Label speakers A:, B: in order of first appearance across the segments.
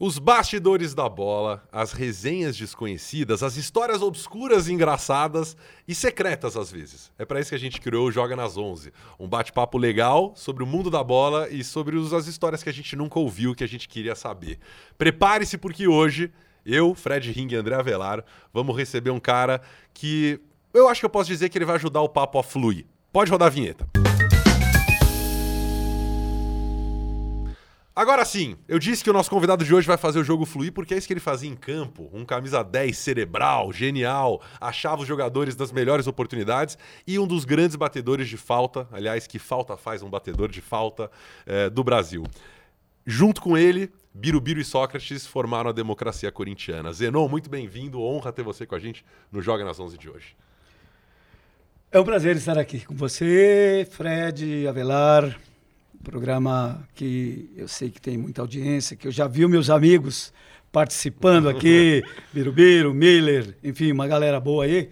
A: Os bastidores da bola, as resenhas desconhecidas, as histórias obscuras e engraçadas e secretas às vezes. É para isso que a gente criou o Joga nas 11, um bate-papo legal sobre o mundo da bola e sobre os- as histórias que a gente nunca ouviu, que a gente queria saber. Prepare-se porque hoje eu, Fred Ring e André Avelar, vamos receber um cara que eu acho que eu posso dizer que ele vai ajudar o papo a fluir. Pode rodar a vinheta. Agora sim, eu disse que o nosso convidado de hoje vai fazer o jogo fluir porque é isso que ele fazia em campo. Um camisa 10 cerebral, genial, achava os jogadores das melhores oportunidades e um dos grandes batedores de falta, aliás, que falta faz um batedor de falta eh, do Brasil. Junto com ele, Birubiru e Sócrates formaram a democracia corintiana. Zenon, muito bem-vindo, honra ter você com a gente no Joga nas 11 de hoje.
B: É um prazer estar aqui com você, Fred, Avelar. um Programa que eu sei que tem muita audiência, que eu já vi meus amigos participando aqui, Birubiru, Miller, enfim, uma galera boa aí.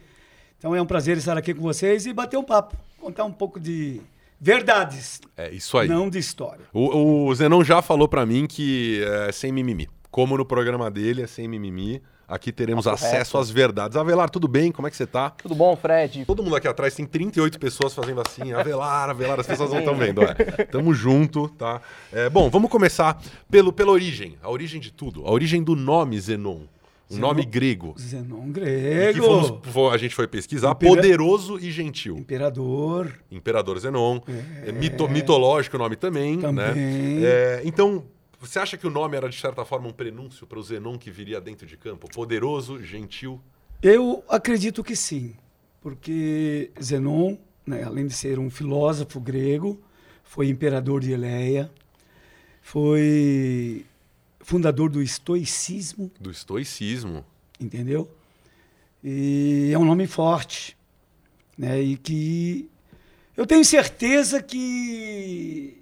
B: Então é um prazer estar aqui com vocês e bater um papo, contar um pouco de verdades,
A: É isso aí.
B: não de história.
A: O, o Zenon já falou pra mim que é sem mimimi. Como no programa dele é sem mimimi, aqui teremos acesso às verdades. Avelar, tudo bem? Como é que você tá?
C: Tudo bom, Fred?
A: Todo mundo aqui atrás tem 38 pessoas fazendo assim, Avelar, Avelar, as pessoas não estão vendo. É. Tamo junto, tá? É, bom, vamos começar pelo, pela origem, a origem de tudo, a origem do nome Zenon, um nome grego.
B: Zenon
A: E que fomos-
B: Grego,
A: fo- a gente foi pesquisar,
B: Impera-
A: poderoso e gentil.
B: imperador,
A: Imperador Zenon. É mito- mitológico o nome também,
B: Também.
A: né? É, então, você acha que o nome era, de certa forma, um prenúncio para o Zenon que viria dentro de campo? Poderoso, gentil.
B: Eu acredito que sim, porque Zenon, né, além de ser um filósofo grego, foi imperador de Eleia, foi fundador do estoicismo,
A: Do estoicismo.
B: entendeu? E é um nome forte, né? E que eu tenho certeza que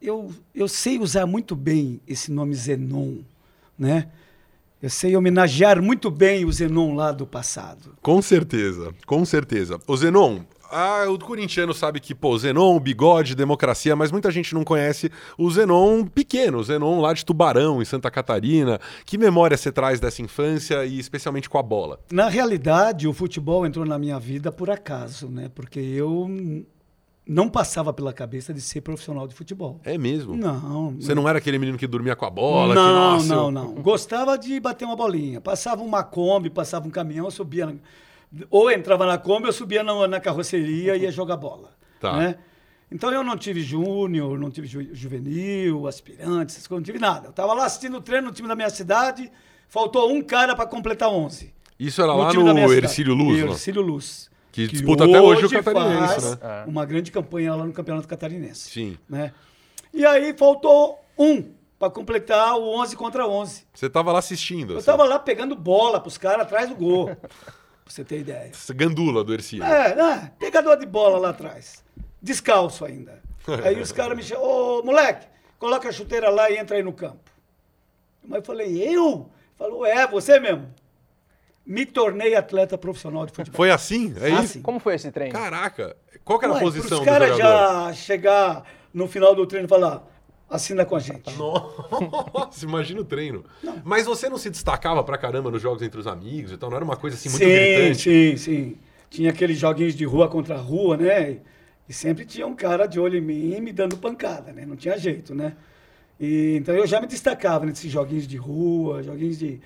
B: eu, eu sei usar muito bem esse nome Zenon, né? Eu sei homenagear muito bem o Zenon lá do passado.
A: Com certeza, com certeza. Ô Zenon, ah, o corintiano sabe que, pô, Zenon, bigode, democracia, mas muita gente não conhece o Zenon pequeno, o Zenon lá de Tubarão, em Santa Catarina. Que memória você traz dessa infância e especialmente com a bola?
B: Na realidade, o futebol entrou na minha vida por acaso, né? Porque eu n- não passava pela cabeça de ser profissional de futebol.
A: É mesmo?
B: Não.
A: Você não era aquele menino que dormia com a bola? que,
B: não,
A: nossa, eu-
B: não, não. Gostava de bater uma bolinha. Passava uma Kombi, passava um caminhão, eu subia. na- Ou entrava na Kombi, eu subia na, na carroceria e ia jogar bola.
A: Tá.
B: né? Então eu não tive júnior, não tive ju- juvenil, aspirante, essas coisas, não tive nada. Eu estava lá assistindo o treino no time da minha cidade, faltou um cara para completar 11.
A: Isso era
B: No
A: Tá lá
B: time da minha
A: no
B: cidade.
A: Ercílio Luz, né?
B: Ercílio Luz.
A: Que disputa até hoje o Catarinense,
B: faz
C: né?
B: Uma grande campanha lá no Campeonato Catarinense.
A: Sim.
B: né? E aí faltou um para completar o 11 contra 11.
A: Você tava lá assistindo.
B: Eu
A: assim.
B: tava lá pegando bola pros caras atrás do gol. pra você ter ideia.
A: Essa Gandula do Ercílio.
B: É, né? Pegador de bola lá atrás. Descalço ainda. Aí os caras me chamam, ô moleque, coloca a chuteira lá e entra aí no campo. Mas eu falei, eu? Falou, é, você mesmo. Me tornei atleta profissional de futebol.
A: Foi assim? É isso?
B: Assim.
C: Como foi esse treino?
A: Caraca. Qual que era a
B: Ué,
A: posição
B: pros
A: do
B: caras
A: jogador?
B: já chegar no final do treino e falar, assina com a
A: Tá
B: gente.
A: Nossa, imagina o treino. Mas você não se destacava pra caramba nos jogos entre os amigos e tal? Não era uma coisa assim muito
B: sim,
A: gritante?
B: sim, sim. Tinha aqueles joguinhos de rua contra rua, né? E sempre tinha um cara de olho em mim me dando pancada, né? Não tinha jeito, né? E, então eu já me destacava nesses joguinhos de rua, joguinhos de.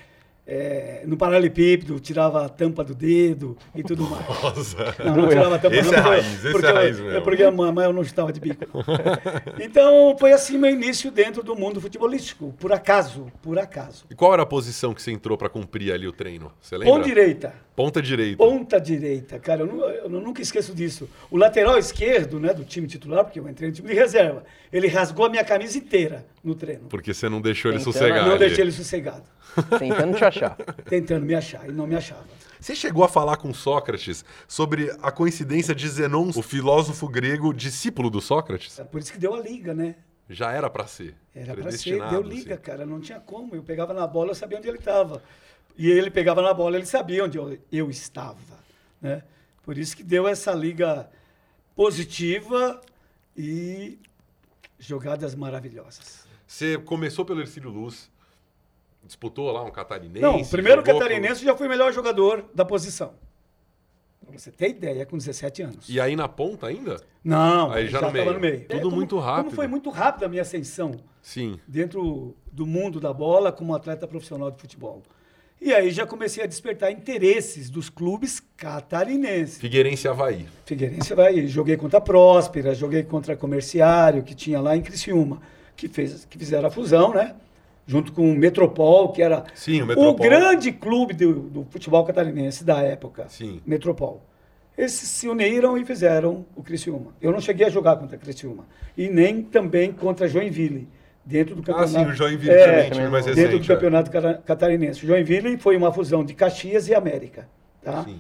B: eh, no paralelepípedo, tirava a tampa do dedo e tudo mais.
A: Nossa.
B: Não, não tirava a tampa
A: Esse
B: não,
A: é
B: porque-
A: raiz, esse
B: porque
A: é
B: eu-
A: raiz
B: É
A: mesmo.
B: porque a mamãe eu não estava de bico. então foi assim meu início dentro do mundo futebolístico, por acaso, por acaso.
A: E qual era a posição que você entrou pra cumprir ali o treino? Você lembra?
B: Com direita.
A: Ponta direita.
B: ponta direita, cara, eu, nu- eu nunca esqueço disso. O lateral esquerdo, né, do time titular, porque eu entrei no time de reserva, ele rasgou a minha camisa inteira no treino.
A: Porque você não deixou ele
C: Então,
A: sossegar.
B: não
A: ali.
B: deixei ele sossegado,
C: Tentando te achar.
B: tentando me achar, e não me achava.
A: Você chegou a falar com Sócrates sobre a coincidência de Zenon, o filósofo grego discípulo do Sócrates?
B: É por isso que deu a liga, né?
A: Já era pra ser.
B: Era pra ser,
A: Predestinado,
B: deu liga,
A: assim.
B: cara, não tinha como. Eu pegava na bola, eu sabia onde ele estava. E ele pegava na bola, ele sabia onde eu, eu estava, né? Por isso que deu essa liga positiva e jogadas maravilhosas.
A: Você começou pelo Ercílio Luz, Disputou lá um catarinense?
B: Não, o primeiro
A: jogou
B: catarinense eu já fui o melhor jogador da posição. Pra você ter ideia, com 17 anos.
A: com- E aí na ponta ainda?
B: Não,
A: Aí já no
B: estava
A: meio.
B: no meio. É,
A: Tudo
B: como-
A: muito rápido.
B: Como foi muito rápido a minha ascensão
A: Sim.
B: dentro do mundo da bola como atleta profissional de futebol. E aí já comecei a despertar interesses dos clubes catarinenses.
A: Figueirense e Havaí.
B: Figueirense vai, joguei contra a Próspera, joguei contra a Comerciário, que tinha lá em Criciúma, que, fez, que fizeram a fusão, né? Junto com o Metropol, que era
A: Sim, o
B: o
A: Metropol.
B: grande clube do, do futebol catarinense da época,
A: Sim.
B: Metropol. Eles se uniram e fizeram o Criciúma. Eu não cheguei a jogar contra Criciúma. E nem também contra Joinville, dentro do campeonato.
A: Ah,
B: É,
A: sim, o Joinville também, time mais
B: Dentro
A: recente,
B: do
A: é.
B: campeonato cata- catarinense. O Joinville foi uma fusão de Caxias e América. Tá?
A: Sim.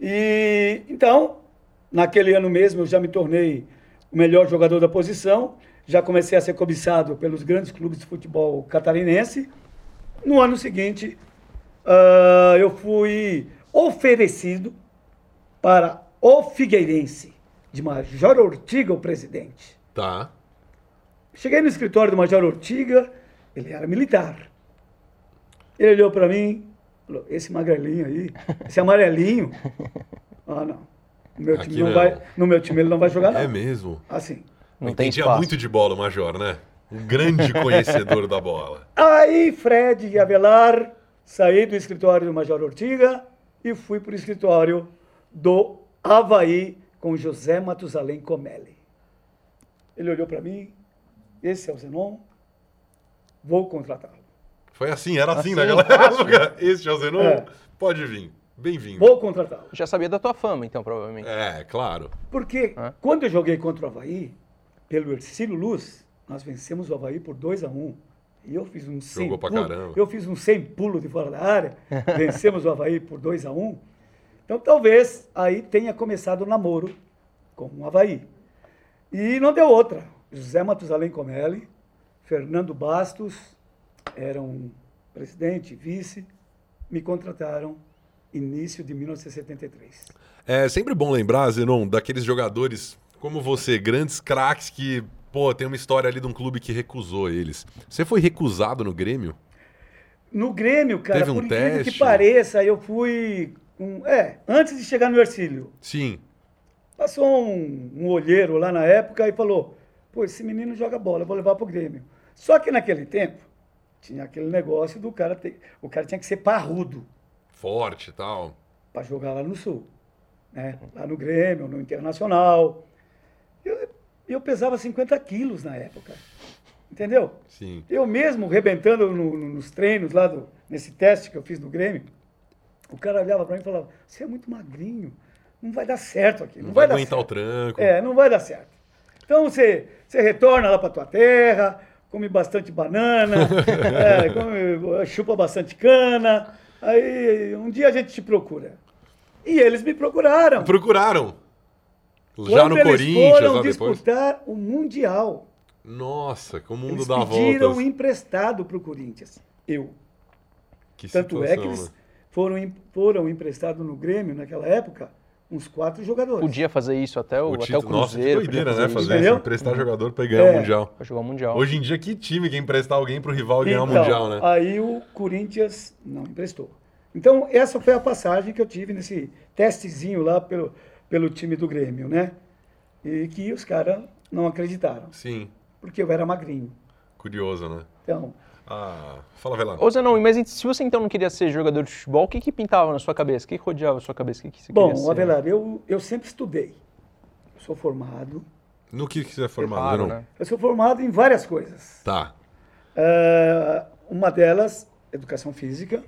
B: E então, naquele ano mesmo, eu já me tornei o melhor jogador da posição, já comecei a ser cobiçado pelos grandes clubes de futebol catarinense. No ano seguinte, ah, eu fui oferecido para o Figueirense, de Major Ortiga, o presidente.
A: Tá.
B: Cheguei no escritório do Major Ortiga, ele era militar. Ele olhou para mim, falou: Esse magrelinho aí, esse amarelinho. Ah, não. No meu, time
A: Aqui
B: não
A: não.
B: Vai, no meu time ele não vai jogar, não.
A: É mesmo.
B: Assim.
A: Não
C: Não tem
A: Entendia
C: espaço.
A: muito de bola o Major, né? Um grande conhecedor da bola.
B: Aí, Fred e Avelar, saí do escritório do Major Ortiga e fui para o escritório do Havaí com José Matusalém Comelli. Ele olhou para mim: Esse é o Zenon, vou contratá-lo.
A: Foi assim, era assim,
C: Assim,
A: né, galera? Este é o Zenon?
B: É.
A: Pode vir. Bem-vindo.
B: Vou contratá-lo.
C: Já sabia da tua fama, então, provavelmente.
A: É, claro.
B: Porque
C: Hã?
B: quando eu joguei contra o Havaí, pelo Ercílio Luz, nós vencemos o Havaí por 2 a 1 E eu fiz um sem
A: Jogou pra
B: pulo,
A: caramba.
B: Eu fiz um sem pulo de fora da área, vencemos o Havaí por 2 a 1 Então talvez aí tenha começado o namoro com o Havaí. E não deu outra. José Matusalém Comelli, Fernando Bastos, eram presidente, vice, me contrataram início de 1973.
A: É sempre bom lembrar, Zenon, daqueles jogadores como você, grandes craques que, pô, tem uma história ali de um clube que recusou eles. Você foi recusado no Grêmio?
B: No Grêmio, cara,
A: Teve um
B: por incrível
A: teste?
B: que pareça, eu fui. com- é, antes de chegar no Ercílio,
A: Sim.
B: passou um, um olheiro lá na época e falou: pô, esse menino joga bola, eu vou levar pro Grêmio. Só que naquele tempo, tinha aquele negócio do cara ter. O cara tinha que ser parrudo
A: Forte e tal.
B: para jogar lá no Sul, né? lá no Grêmio, no Internacional. Eu, eu pesava 50 quilos na época, entendeu?
A: Sim.
B: Eu mesmo, rebentando no- no- nos treinos lá, do- nesse teste que eu fiz no Grêmio, o cara olhava pra mim e falava, você é muito magrinho, não vai dar certo aqui. Não,
A: Não
B: vai,
A: vai,
B: dar
A: aguentar o
B: certo.
A: tranco.
B: É, não vai dar certo. Então você, você retorna lá pra tua terra, come bastante banana, é, come- chupa bastante cana, aí um dia a gente te procura. E eles me procuraram.
A: Procuraram. Já
B: Quando
A: no
B: eles
A: Corinthians,
B: foram
A: lá depois.
B: disputar o Mundial.
A: Nossa, como o mundo
B: Eles
A: dá
B: pediram
A: voltas.
B: emprestado pro Corinthians. Eu.
A: Que
B: Tanto é que
A: situação,
B: eles
A: né?
B: foram, em- foram emprestados no Grêmio, naquela época, uns quatro jogadores.
C: Podia fazer isso até o,
A: O
C: até o
A: título, nossa, que
C: Cruzeiro. Uhum.
A: doideira,
C: podia
A: né?
C: isso.
A: Fazer isso,
B: entendeu?
A: emprestar jogador pra ele ganhar o
B: É.
A: Mundial.
C: Pra jogar o Mundial.
A: Hoje em dia, que time quer emprestar alguém pro rival e ganhar o
B: Então,
A: Mundial, né?
B: Aí o Corinthians não emprestou. Então, essa foi a passagem que eu tive nesse testezinho lá pelo, pelo time do Grêmio, né? E que os caras não acreditaram,
A: Sim.
B: porque eu era magrinho.
A: Curioso, né?
B: Então,
A: Ah, fala, Velano.
C: Ô, Zenon, mas e se você então não queria ser jogador de futebol, o que que pintava na sua cabeça? O que que rodeava a sua cabeça? O que que você
B: bom,
C: queria ser? né?
B: Avelar, eu, eu sempre estudei. Eu sou formado.
A: No que, que você é formado,
C: Preparo,
A: Zenon?
C: né?
B: Eu sou formado em várias coisas.
A: Tá.
B: É, uma delas, educação física.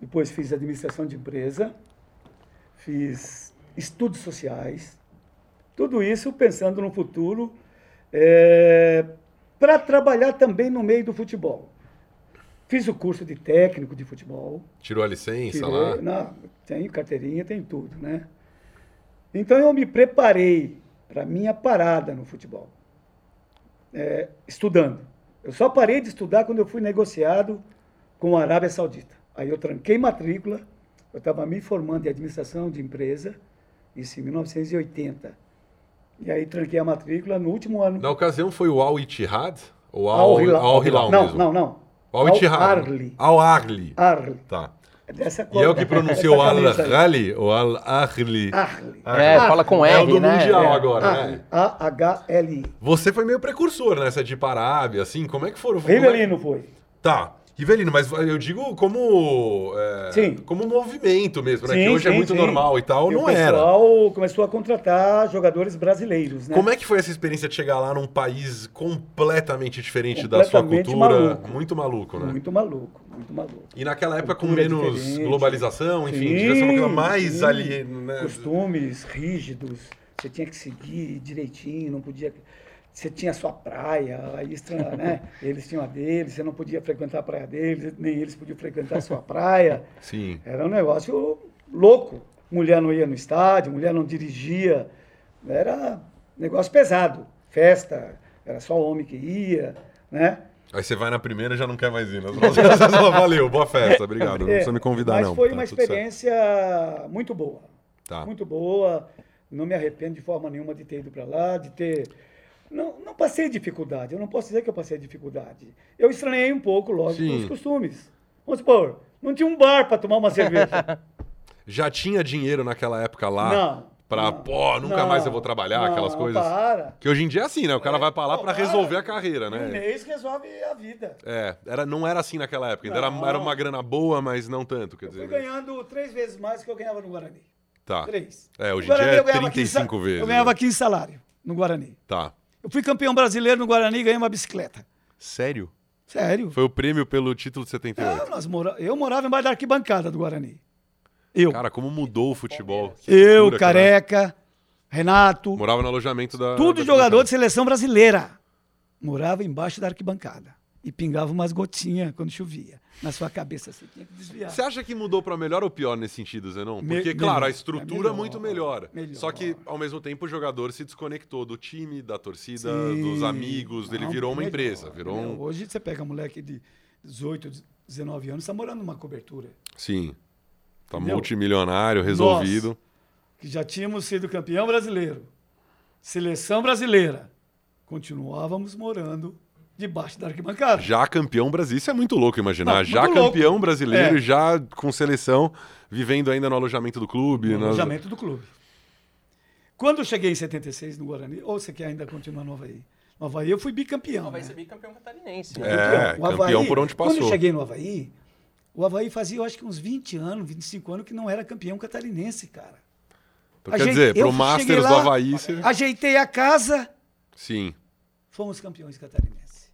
B: Depois fiz administração de empresa. Fiz estudos sociais. Tudo isso pensando no futuro para trabalhar também no meio do futebol. Fiz o curso de técnico de futebol.
A: Tirou a licença
B: Tirei-
A: lá?
B: não, tenho carteirinha, tem tudo, né? Então eu me preparei para minha parada no futebol, É, estudando. Eu só parei de estudar quando eu fui negociado com a Arábia Saudita. Aí eu tranquei matrícula, eu estava me formando em administração de empresa, isso em 1980. E aí tranquei a matrícula no último ano.
A: Na ocasião foi o Al Ittihad? Ou
B: Al
A: Al,
B: Hilal.
A: Al Hilal
B: não,
A: mesmo?
B: não, não.
A: Al Ittihad.
B: Al-Ahly.
A: Al Ahly.
B: Arli.
A: tá.
B: É dessa
A: E é o que pronunciou o Al
B: Arli.
A: Ahly ou Al Ahly?
B: Arli.
C: É, fala com
A: É o
C: R,
A: do
C: né?
A: mundial
C: É.
A: agora, né?
B: A-H-L-I.
A: Você foi meio precursor nessa de Parábia, assim, como é que foram? como é-
B: Rivelino foi.
A: Tá. Rivelino, mas eu digo como é,
B: Sim.
A: como movimento mesmo, né? que
B: Sim,
A: hoje é
B: sim,
A: muito
B: sim.
A: normal e tal,
B: E
A: não
B: o
A: era.
B: pessoal né? começou a contratar jogadores brasileiros, né?
A: Como é que foi essa experiência de chegar lá num país completamente diferente da sua
B: Completamente
A: cultura?
B: maluco.
A: Muito maluco, né?
B: Muito maluco, muito maluco.
A: E naquela época com
B: Cultura
A: menos
B: diferente.
A: globalização, enfim,
B: Sim,
A: devia ser uma coisa é mais
B: sim.
A: ali, né?
B: Costumes rígidos, você tinha que seguir direitinho, não podia. Você tinha a sua praia, aí estra- né? eles tinham a deles, você não podia frequentar a praia deles, nem eles podiam frequentar a sua praia.
A: Sim.
B: Era um negócio louco. Mulher não ia no estádio, mulher não dirigia. Era negócio pesado. Festa, era só homem que ia, né?
A: Aí você vai na primeira e já não quer mais ir. né? Nas próximas você fala, valeu, boa festa, obrigado. Não
B: É,
A: precisa me convidar,
B: mas
A: não.
B: foi
A: Tá
B: uma
A: tudo certo.
B: experiência muito boa.
A: Tá.
B: Muito boa. Não me arrependo de forma nenhuma de ter ido para lá, de ter. Não, não passei dificuldade. Eu não posso dizer que eu passei dificuldade. Eu estranhei um pouco, lógico,
A: Sim.
B: os costumes. Vamos supor, não tinha um bar para tomar uma cerveja.
A: Já tinha dinheiro naquela época lá?
B: não.
A: Ah, Pra,
B: não,
A: pô, nunca
B: não,
A: mais eu vou trabalhar, aquelas
B: não,
A: coisas.
B: Para.
A: Que hoje em dia é assim, né? O cara vai pra lá
B: Pô,
A: pra
B: para.
A: resolver a carreira,
B: Um
A: né?
B: mês resolve a vida.
A: É, era, não era assim naquela época. Ainda
B: Não.
A: era, era uma grana boa, mas não tanto, quer
B: Eu fui
A: dizer. né?
B: ganhando três vezes mais do que eu ganhava no Guarani.
A: Tá.
B: Três.
A: É, hoje em
B: No Guarani
A: dia é
B: eu ganhava
A: 35
B: 15
A: vezes,
B: Eu ganhava
A: né?
B: 15 salário no Guarani.
A: Tá.
B: Eu fui campeão brasileiro no Guarani e ganhei uma bicicleta.
A: Sério?
B: Sério.
A: Foi o prêmio pelo título de 78.
B: Eu, nós mora... eu morava embaixo da arquibancada do Guarani. Eu.
A: Cara, como mudou o futebol. Que
B: eu,
A: loucura, cara.
B: Careca, Renato,
A: Morava no alojamento da.
B: tudo
A: da
B: jogador de
A: arquibancada.
B: seleção brasileira. Morava embaixo da arquibancada. E pingava umas gotinhas quando chovia. Na sua cabeça você tinha que desviar.
A: Você acha que mudou pra melhor ou pior nesse sentido, Zenon?
B: Me-
A: Porque, claro,
B: melhor.
A: a
B: É
A: estrutura é
B: melhor.
A: muito melhor.
B: Melhor.
A: Só que, ao mesmo tempo, o jogador se desconectou do time, é da torcida,
B: Sim.
A: dos amigos. Ele
B: Não,
A: virou uma
B: melhor,
A: empresa. Virou
B: entendeu?
A: um.
B: Hoje você pega moleque de 18, 19 anos, está morando numa cobertura.
A: Sim. Tá
B: Entendeu?
A: multimilionário, resolvido.
B: que já tínhamos sido campeão brasileiro, seleção brasileira, continuávamos morando debaixo da arquibancada.
A: Já campeão brasileiro. Isso é muito louco imaginar.
B: Não,
A: já
B: muito louco.
A: campeão brasileiro,
B: É.
A: já com seleção, vivendo ainda no alojamento do clube.
B: no
A: nas-
B: alojamento do clube. Quando eu cheguei em 76 no Guarani, ou você quer ainda continuar no Havaí? No Havaí eu fui bicampeão.
C: Vai
B: né?
C: ser bicampeão catarinense.
A: É, campeão por onde
B: Quando eu
A: passou.
B: cheguei no Havaí, o Havaí fazia, eu acho que uns 20 anos, 25 anos que não era campeão catarinense, cara.
A: Então, quer
B: Ajei-
A: dizer,
B: eu
A: pro
B: cheguei
A: Masters
B: lá, Ah.
A: do Havaí. você-
B: Ajeitei a casa,
A: Sim.
B: fomos campeões catarinenses.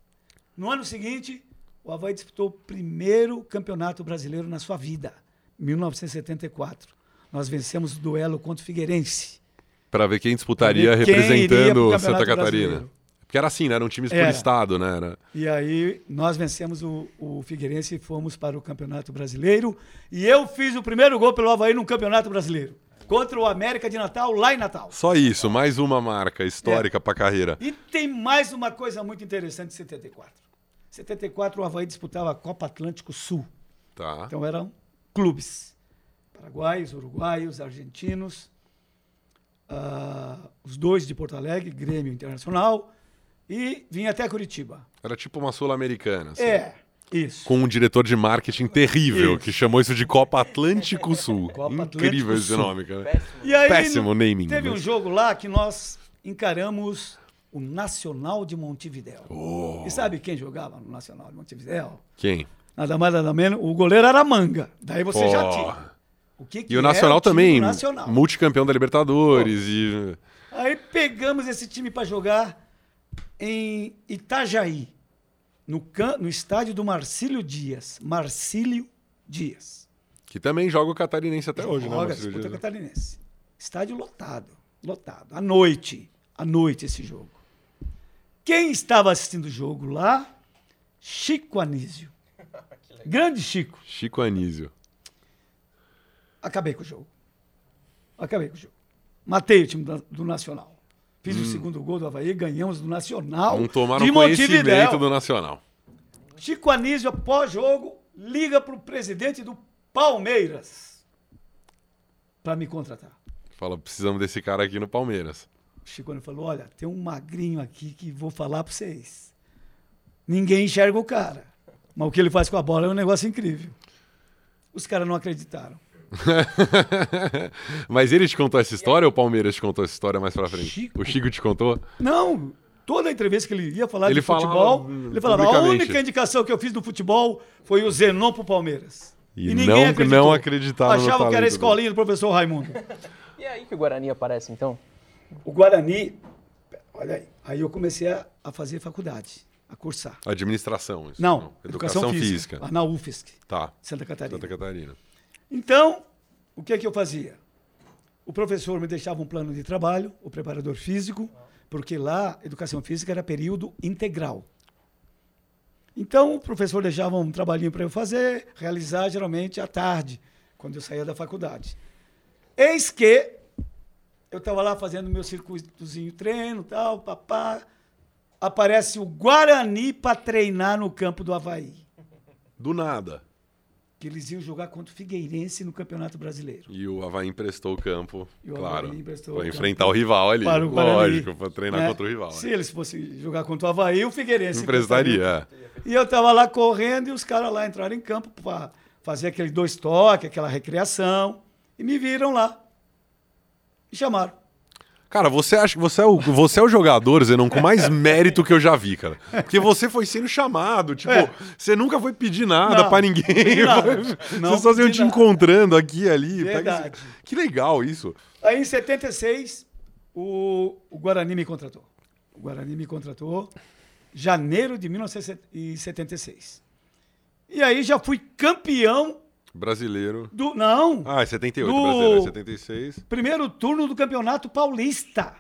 B: No ano seguinte, o Havaí disputou o primeiro campeonato brasileiro na sua vida, 1974. Nós vencemos o duelo contra o Figueirense.
A: Pra ver quem disputaria
B: Pra ver quem iria pro
A: representando
B: Campeonato
A: Santa Catarina.
B: Brasileiro. É.
A: Porque era assim, né? Eram times por
B: Era.
A: estado, né? Era-
B: E aí nós vencemos o, o Figueirense e fomos para o Campeonato Brasileiro. E eu fiz o primeiro gol pelo Havaí no Campeonato Brasileiro. Contra o América de Natal, lá em Natal.
A: Só isso, mais uma marca
B: É.
A: histórica pra carreira.
B: E tem mais uma coisa muito interessante de 74. 74 o Havaí disputava a Copa Atlântico Sul.
A: Tá.
B: Então eram clubes. Paraguaios, uruguaios, argentinos. ah, os dois de Porto Alegre, Grêmio Internacional. E vinha até Curitiba.
A: Era tipo uma sul-americana. assim.
B: É, isso.
A: Com um diretor de marketing terrível,
B: Isso.
A: que chamou isso de Copa Atlântico Sul.
B: Copa Atlântico
A: Incrível esse
B: Sul.
A: nome, cara.
B: E aí,
A: Péssimo naming,
B: Teve
A: mas-
B: um jogo lá que nós encaramos o Nacional de Montevidéu.
A: Oh.
B: E sabe quem jogava no Nacional de Montevidéu?
A: Quem?
B: Nada mais, nada menos. O goleiro era manga. Daí você
A: Pô.
B: já tinha. É, O que que
A: E o
B: era
A: Nacional
B: time
A: também,
B: do Nacional.
A: multicampeão da Libertadores e
B: Aí pegamos esse time para jogar em Itajaí, no, can- no estádio do Marcílio Dias. Marcílio Dias.
A: que também joga o catarinense até hoje, né?
B: Joga,
A: Marcelo
B: disputa
A: Dias?
B: catarinense. Estádio lotado, lotado. À noite, à noite esse jogo. Quem estava assistindo o jogo lá? Chico Anísio. Grande Chico.
A: Chico Anísio.
B: Acabei com o jogo. Acabei com o jogo. Matei o time da- do Nacional. Fiz o segundo gol do Havaí, ganhamos do Nacional.
A: Hum. Não tomaram
B: de
A: conhecimento
B: Montevidéu.
A: do Nacional.
B: Chico Anísio, após jogo, liga para o presidente do Palmeiras para me contratar.
A: Fala, precisamos desse cara aqui no Palmeiras.
B: O Chico Anísio falou: Olha, tem um magrinho aqui que vou falar para vocês. Ninguém enxerga o cara. Mas o que ele faz com a bola é um negócio incrível. Os caras não acreditaram.
A: Mas ele te contou essa história ou o Palmeiras te contou essa história mais pra frente?
B: Chico.
A: O Chico te contou?
B: Não, toda entrevista que ele ia falar
A: Ele
B: de
A: falava,
B: futebol,
A: hum,
B: ele falava, a
A: publicamente.
B: única indicação que eu fiz do futebol foi o Zenon pro Palmeiras.
A: E não- não acreditava no
B: Achava
A: talento
B: que era a
A: dele.
B: escolinha do professor Raimundo.
C: E é aí que o Guarani aparece, então?
B: O Guarani, olha aí, aí eu comecei a, a fazer faculdade, a cursar.
A: Administração, isso.
B: Não, educação, física, lá na UFSC,
A: Tá.
B: Santa Catarina.
A: Santa Catarina.
B: Então, o que é que eu fazia? O professor me deixava um plano de trabalho, o preparador físico, porque lá educação física era período integral. Então, o professor deixava um trabalhinho para eu fazer, realizar geralmente à tarde, quando eu saía da faculdade. Eis que eu estava lá fazendo meu circuitozinho treino, tal, papá. Aparece o Guarani para treinar no campo do Havaí,
A: Do nada.
B: que eles iam jogar contra o Figueirense no Campeonato Brasileiro.
A: E o Havaí emprestou o campo,
B: E o
A: claro.
B: Havaí emprestou
A: pra
B: o
A: enfrentar o rival ali.
B: para o Guarani.
A: lógico, pra treinar
B: né?
A: contra o rival.
B: Se
A: né?
B: eles fossem jogar contra o Havaí, o Figueirense.
A: Emprestaria. é.
B: E eu tava lá correndo e os caras lá entraram em campo para fazer aquele dois toques, aquela recreação. E me viram lá. Me chamaram.
A: Cara, você acha que você é o, você é o jogador, Zenon, com mais mérito que eu já vi, cara. Porque você foi sendo chamado, tipo,
B: É.
A: você nunca foi pedir nada
B: Não,
A: pra ninguém.
B: pedi nada. Não
A: Vocês só iam
B: pedi
A: te
B: nada.
A: encontrando aqui e ali. pega
B: Verdade.
A: esse- Que legal isso.
B: Aí em 76, o, o Guarani me contratou. O Guarani me contratou janeiro de 1976. E aí já fui campeão
A: Brasileiro.
B: do. Não!
A: Ah, é 78,
B: Do-
A: brasileiro, é 76.
B: Primeiro turno do Campeonato Paulista.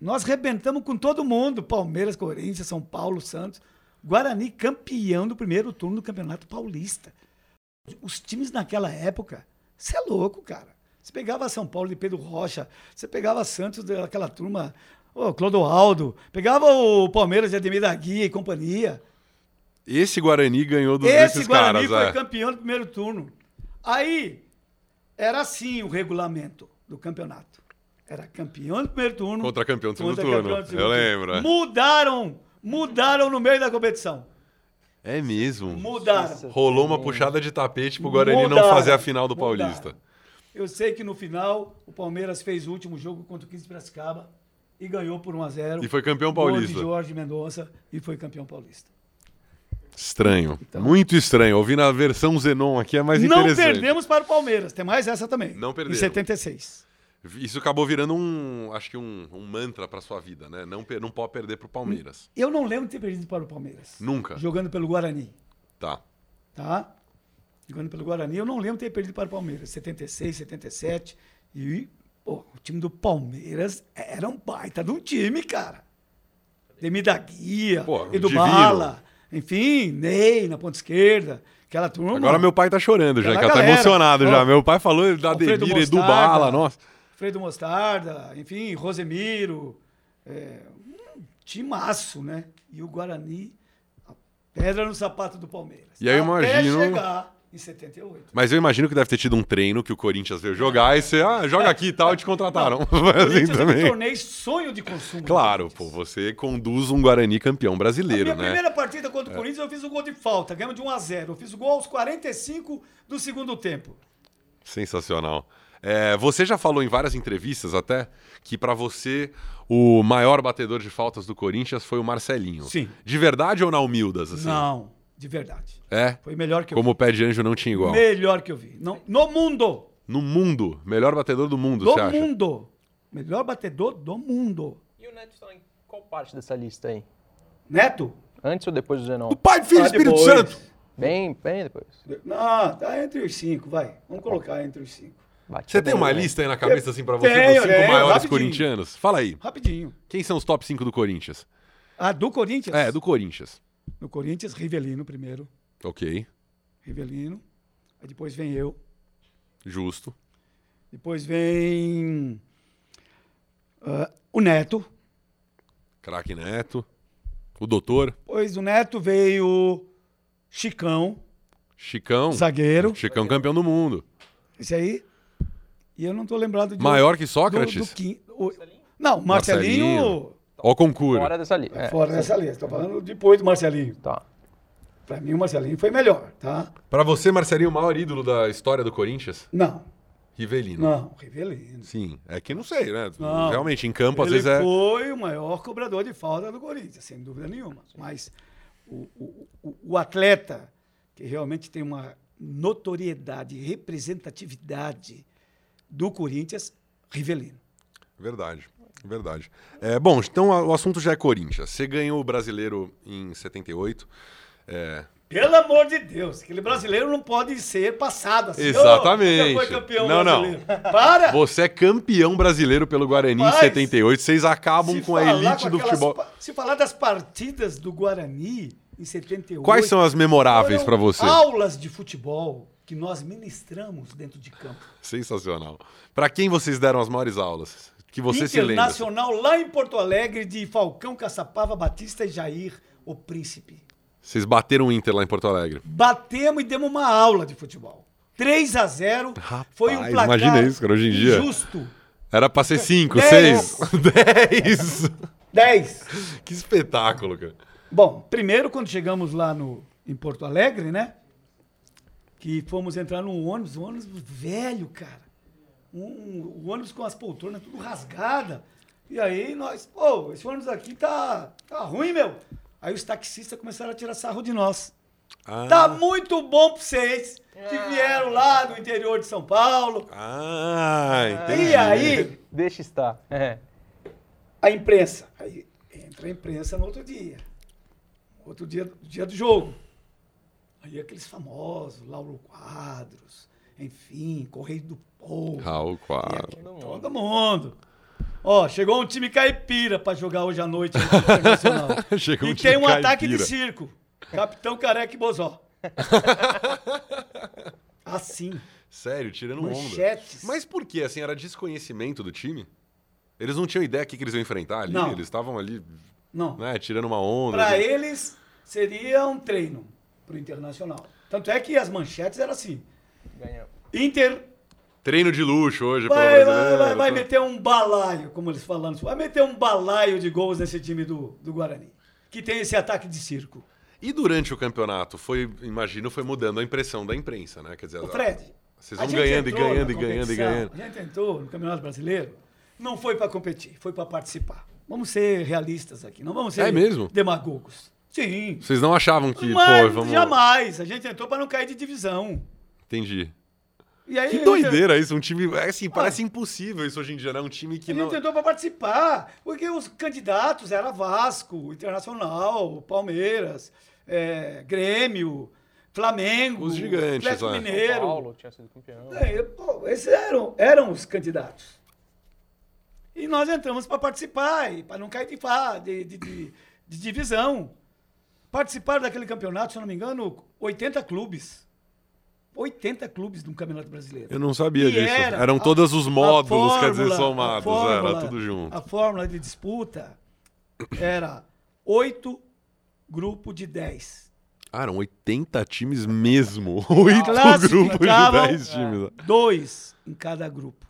B: Nós rebentamos com todo mundo. Palmeiras, Corinthians, São Paulo, Santos. Guarani campeão do primeiro turno do Campeonato Paulista. Os times naquela época, você é louco, cara. Você pegava São Paulo de Pedro Rocha, você pegava Santos daquela turma, o Clodoaldo, pegava o Palmeiras de Ademir da Guia e companhia.
A: Esse Guarani ganhou dos
B: Esse
A: desses
B: Guarani
A: caras,
B: foi
A: é.
B: campeão do primeiro turno. Aí, era assim o regulamento do campeonato. Era campeão do primeiro turno.
A: Contra campeão do segundo
B: campeão
A: turno.
B: do segundo
A: Eu
B: turno.
A: lembro, é.
B: Mudaram, mudaram no meio da competição.
A: É mesmo.
B: Mudaram.
A: Rolou uma puxada de tapete pro Guarani não
B: Mudaram.
A: fazer a final do
B: Mudaram.
A: Paulista.
B: Eu sei que no final, o Palmeiras fez o último jogo contra o 15 de Piracicaba e ganhou por 1 a 0
A: E foi campeão
B: Gol de
A: paulista.
B: Jorge Mendonça e foi campeão paulista.
A: Estranho. Muito estranho. Ouvindo a versão Zenon aqui é mais
B: Não
A: interessante.
B: perdemos para o Palmeiras. Tem mais essa também.
A: Não
B: Em
A: perdemos.
B: 76.
A: Isso acabou virando um, acho que um, um mantra pra sua vida, né? Não, pe- não pode perder pro Palmeiras.
B: Eu não lembro de ter perdido para o Palmeiras.
A: Nunca.
B: Jogando pelo Guarani.
A: Tá.
B: tá? Jogando pelo Guarani, eu não lembro ter perdido para o Palmeiras, 76, 77. E pô, o time do Palmeiras era um baita de um time, cara. Demi da Guia,
A: Pô,
B: Edu
A: divino.
B: Bala, enfim, Ney na ponta esquerda, aquela turma.
A: Agora meu pai tá chorando já,
B: Aquela
A: que ela tá
B: galera.
A: emocionado
B: Ó.
A: já. Meu pai falou da
B: Alfredo
A: Demir, Edu
B: Mostarda.
A: Bala, nossa.
B: Fredo Mostarda, enfim, Rosemiro. é, um timaço, né? E o Guarani, a pedra no sapato do Palmeiras.
A: E aí eu
B: Até
A: imagino-
B: chegar em 78.
A: Mas eu imagino que deve ter tido um treino que o Corinthians veio jogar e você, ah, joga aqui e tal, e te contrataram. Foi assim
B: Corinthians, é eu me
A: também.
B: tornei sonho de consumo. do
A: Claro,
B: Corinthians.
A: pô, você conduz um Guarani campeão brasileiro,
B: Minha
A: né?
B: primeira partida contra o Corinthians, eu fiz o gol de falta. Ganhamos de 1 a 0 Eu fiz o gol aos 45 do segundo tempo.
A: Sensacional. É, você já falou em várias entrevistas até que pra você o maior batedor de faltas do Corinthians foi o Marcelinho.
B: Sim.
A: De verdade ou na humildas? Assim?
B: Não, de verdade.
A: É?
B: Foi o melhor que eu
A: Como o pé de anjo não tinha
B: vi.
A: igual.
B: Melhor que eu vi. Não, no mundo.
A: No mundo, melhor batedor do mundo,
B: Do
A: você acha?
B: mundo. Melhor batedor do mundo.
C: E o Neto está em qual parte dessa lista aí?
B: Neto?
C: Antes ou depois do Zenon?
A: O Pai, Filho e
B: Tá
A: Espírito
B: depois.
A: Santo!
C: Bem, bem depois.
B: Não, tá entre os cinco, vai. Vamos colocar entre os cinco.
C: Bate
A: Você
C: bem,
A: tem uma
C: né?
A: lista aí na cabeça, assim, pra você,
B: Tenho,
A: dos cinco
B: tenho,
A: maiores
B: rapidinho.
A: corintianos? Fala aí.
B: Rapidinho.
A: Quem são os top 5 do Corinthians?
B: Ah, do Corinthians?
A: É, do Corinthians.
B: No Corinthians, Rivelino primeiro.
A: Ok.
B: Rivelino. Aí depois vem eu.
A: Justo.
B: Depois vem ah, o Neto.
A: Craque Neto. O Doutor.
B: Depois do Neto veio Chicão,
A: Chicão.
B: zagueiro.
A: Chicão campeão do mundo.
B: Esse aí. E eu não tô lembrado de.
A: Maior que
B: do-
A: Sócrates?
B: do quin- o- Não, o Marcelinho.
A: Marcelinho. Ó o concurso.
C: Fora dessa lista. É.
B: Fora dessa lista. Tô falando depois do Marcelinho.
C: Tá.
B: Para mim, o Marcelinho foi melhor, tá?
A: Pra você, Marcelinho, o maior ídolo da história do Corinthians?
B: Não,
A: Rivelino.
B: não, Rivelino.
A: Sim, é que não sei, né?
B: Não.
A: Realmente, em campo, às
B: Ele
A: vezes é...
B: foi o maior cobrador de falta do Corinthians, sem dúvida nenhuma. Mas o, o- o- o atleta que realmente tem uma notoriedade, representatividade do Corinthians, Rivelino.
A: Verdade, verdade. É, bom, então a- o assunto já é Corinthians. Você ganhou o Brasileiro em 78. É,
B: Pelo amor de Deus, aquele brasileiro não pode ser passado assim.
A: Exatamente.
B: "Ô, você foi campeão
A: Não, não.
B: brasileiro." Para!
A: você é campeão brasileiro pelo Guarani
B: Rapaz,
A: em 78. Vocês acabam
B: Se
A: um com a
B: falar
A: elite
B: com
A: do
B: aquelas
A: futebol.
B: pa- Se falar das partidas do Guarani em 78.
A: Quais são as memoráveis pra
B: foram
A: você?
B: Aulas de futebol que nós ministramos dentro de campo.
A: Sensacional. Pra quem vocês deram as maiores aulas? Que você se lembra? assim.
B: Internacional lá em Porto Alegre de Falcão, Caçapava, Batista e Jair, o príncipe.
A: Vocês bateram o Inter lá em Porto Alegre.
B: Batemos e demos uma aula de futebol. 3 a 0 foi um
A: Rapaz,
B: placar
A: imagina isso, cara, hoje em dia.
B: justo.
A: Era pra ser 5,
B: Dez.
A: 6, 10.
B: 10.
A: Que espetáculo, cara.
B: Bom, primeiro quando chegamos lá no, em Porto Alegre, né? Que fomos entrar num ônibus, um ônibus velho, cara. Um, um ônibus com as poltronas tudo rasgada. E aí nós, pô, esse ônibus aqui tá, tá ruim, meu. Aí os taxistas começaram a tirar sarro de nós.
A: Ah,
B: Tá muito bom pra vocês que vieram lá do interior de São Paulo.
A: ah entendi.
B: E aí,
C: Deixa estar. É.
B: a imprensa. Aí entra a imprensa no outro dia. Outro dia, dia do jogo. Aí aqueles famosos, Lauro Quadros, enfim, Correio do Povo.
A: Raul
B: e
A: Quadro.
B: aqui, todo mundo. Ó, chegou um time caipira pra jogar hoje à noite no Internacional.
A: Chegou
B: e
A: um time
B: tem um ataque de
A: caipira.
B: circo. Capitão Careca e Bozó. assim.
A: Sério, tirando
B: Manchetes.
A: onda. Mas por que? Assim, era desconhecimento do time? Eles não tinham ideia do que, que eles iam enfrentar ali?
B: Não.
A: Eles estavam ali,
B: Não.
A: né, tirando uma onda.
B: Para
A: assim.
B: eles, seria um treino pro Internacional. Tanto é que as manchetes eram assim.
C: Ganhamos.
B: Inter
A: Treino de luxo hoje,
B: vai,
A: pelo
B: vai,
A: brasileiro.
B: vai, vai
A: tá-
B: meter um balaio, como eles falam. Vai meter um balaio de gols nesse time do, do Guarani. Que tem esse ataque de circo.
A: E durante o campeonato, foi, imagino, foi mudando a impressão da imprensa, né? Quer dizer,
B: Ô, Fred.
A: vocês
B: a
A: vão
B: gente
A: ganhando e
B: entrou
A: ganhando
B: na
A: e ganhando e
B: competição,
A: ganhando.
B: A gente entrou no Campeonato Brasileiro, não foi para competir, foi para participar. Vamos ser realistas aqui, não vamos ser
A: É mesmo?
B: demagogos. Sim.
A: Vocês não achavam que,
B: Mas
A: pô, vamos...
B: jamais. A gente entrou para não cair de divisão.
A: Entendi.
B: E aí,
A: Que
B: a gente-
A: doideira isso, um time... é Assim, parece impossível isso hoje em dia, né? Um time que
B: Ele
A: não...
B: tentou para participar, porque os candidatos eram Vasco, Internacional, Palmeiras, eh, Grêmio, Flamengo,
A: Os gigantes,
B: Atlético
A: né?
C: São
B: Mineiro.
C: Paulo tinha sido campeão.
B: É, pô, esses eram, eram os candidatos. E nós entramos para participar, para não cair de, fa- de, de, de- de divisão. Participaram daquele campeonato, se eu não me engano, 80 clubes. 80 clubes de um campeonato brasileiro.
A: Eu não sabia
B: E
A: disso.
B: era
A: Eram
B: a-
A: todos os
B: a
A: módulos, quer
B: fórmula-
A: dizer,
B: a
A: somados.
B: fórmula-
A: era tudo junto.
B: A fórmula de disputa era oito grupo de 10.
A: Ah, eram 80 times mesmo. Oito grupos de
B: Classificavam
A: 10 times.
B: Dois em cada grupo.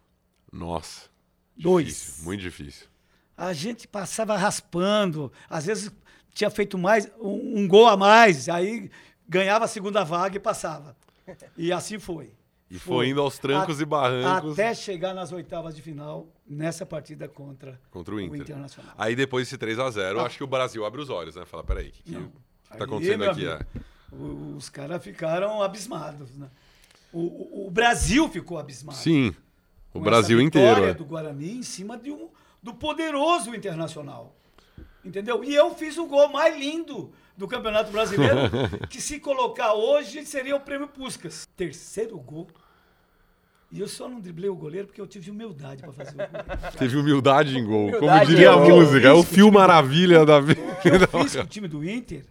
A: Nossa.
B: Dois.
A: Difícil, muito difícil.
B: A gente passava raspando, às vezes tinha feito mais um, um gol a mais, aí ganhava a segunda vaga e passava. E assim foi.
A: E foi indo aos trancos
B: A-
A: e barrancos.
B: Até chegar nas oitavas de final, nessa partida contra,
A: Contra o Inter.
B: Internacional.
A: Aí depois desse 3x0, acho que o Brasil abre os olhos, né? Fala, peraí, o que, que
B: Ah. Não.
A: tá
B: Aí,
A: acontecendo
B: meu
A: aqui?
B: amigo,
A: É.
B: o- Os caras ficaram abismados, né? O, o- o Brasil ficou abismado.
A: Sim, o
B: com
A: Brasil
B: essa
A: inteiro.
B: vitória
A: é.
B: do Guarani em cima de um, do poderoso Internacional. Entendeu? E eu fiz o gol mais lindo do Campeonato Brasileiro, que se colocar hoje seria o prêmio Puskas. Terceiro gol. E eu só não driblei o goleiro porque eu tive humildade para fazer o gol.
A: Teve humildade em gol, como
C: Humildade
A: diria
C: é
A: a
C: o que eu
A: música. É o
B: fiz com o
A: fio
B: time do-
A: maravilha da vida.
B: O que eu fiz com o time do Inter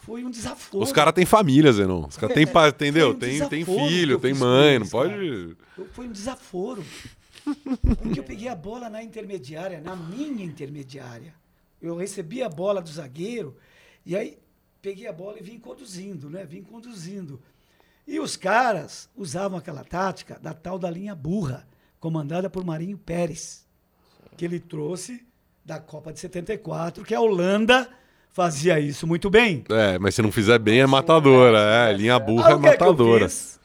B: foi um desaforo.
A: Os caras têm família, Zenon. Os caras têm, pa- entendeu?
B: Foi um
A: Tem, tem
B: desaforo que
A: filho,
B: eu
A: tem
B: fiz com
A: mãe, não
B: eles,
A: pode...
B: Eu- Foi um desaforo. Porque eu peguei a bola na intermediária, na minha intermediária. Eu recebi a bola do zagueiro e aí peguei a bola e vim conduzindo, né? Vim conduzindo. E os caras usavam aquela tática da tal da linha burra, comandada por Marinho Pérez, que ele trouxe da Copa de 74, que a Holanda fazia isso muito bem.
A: É, mas se não fizer bem é matadora. É, linha burra
B: Aí
A: é
B: o que é que eu
A: matadora.
B: fiz?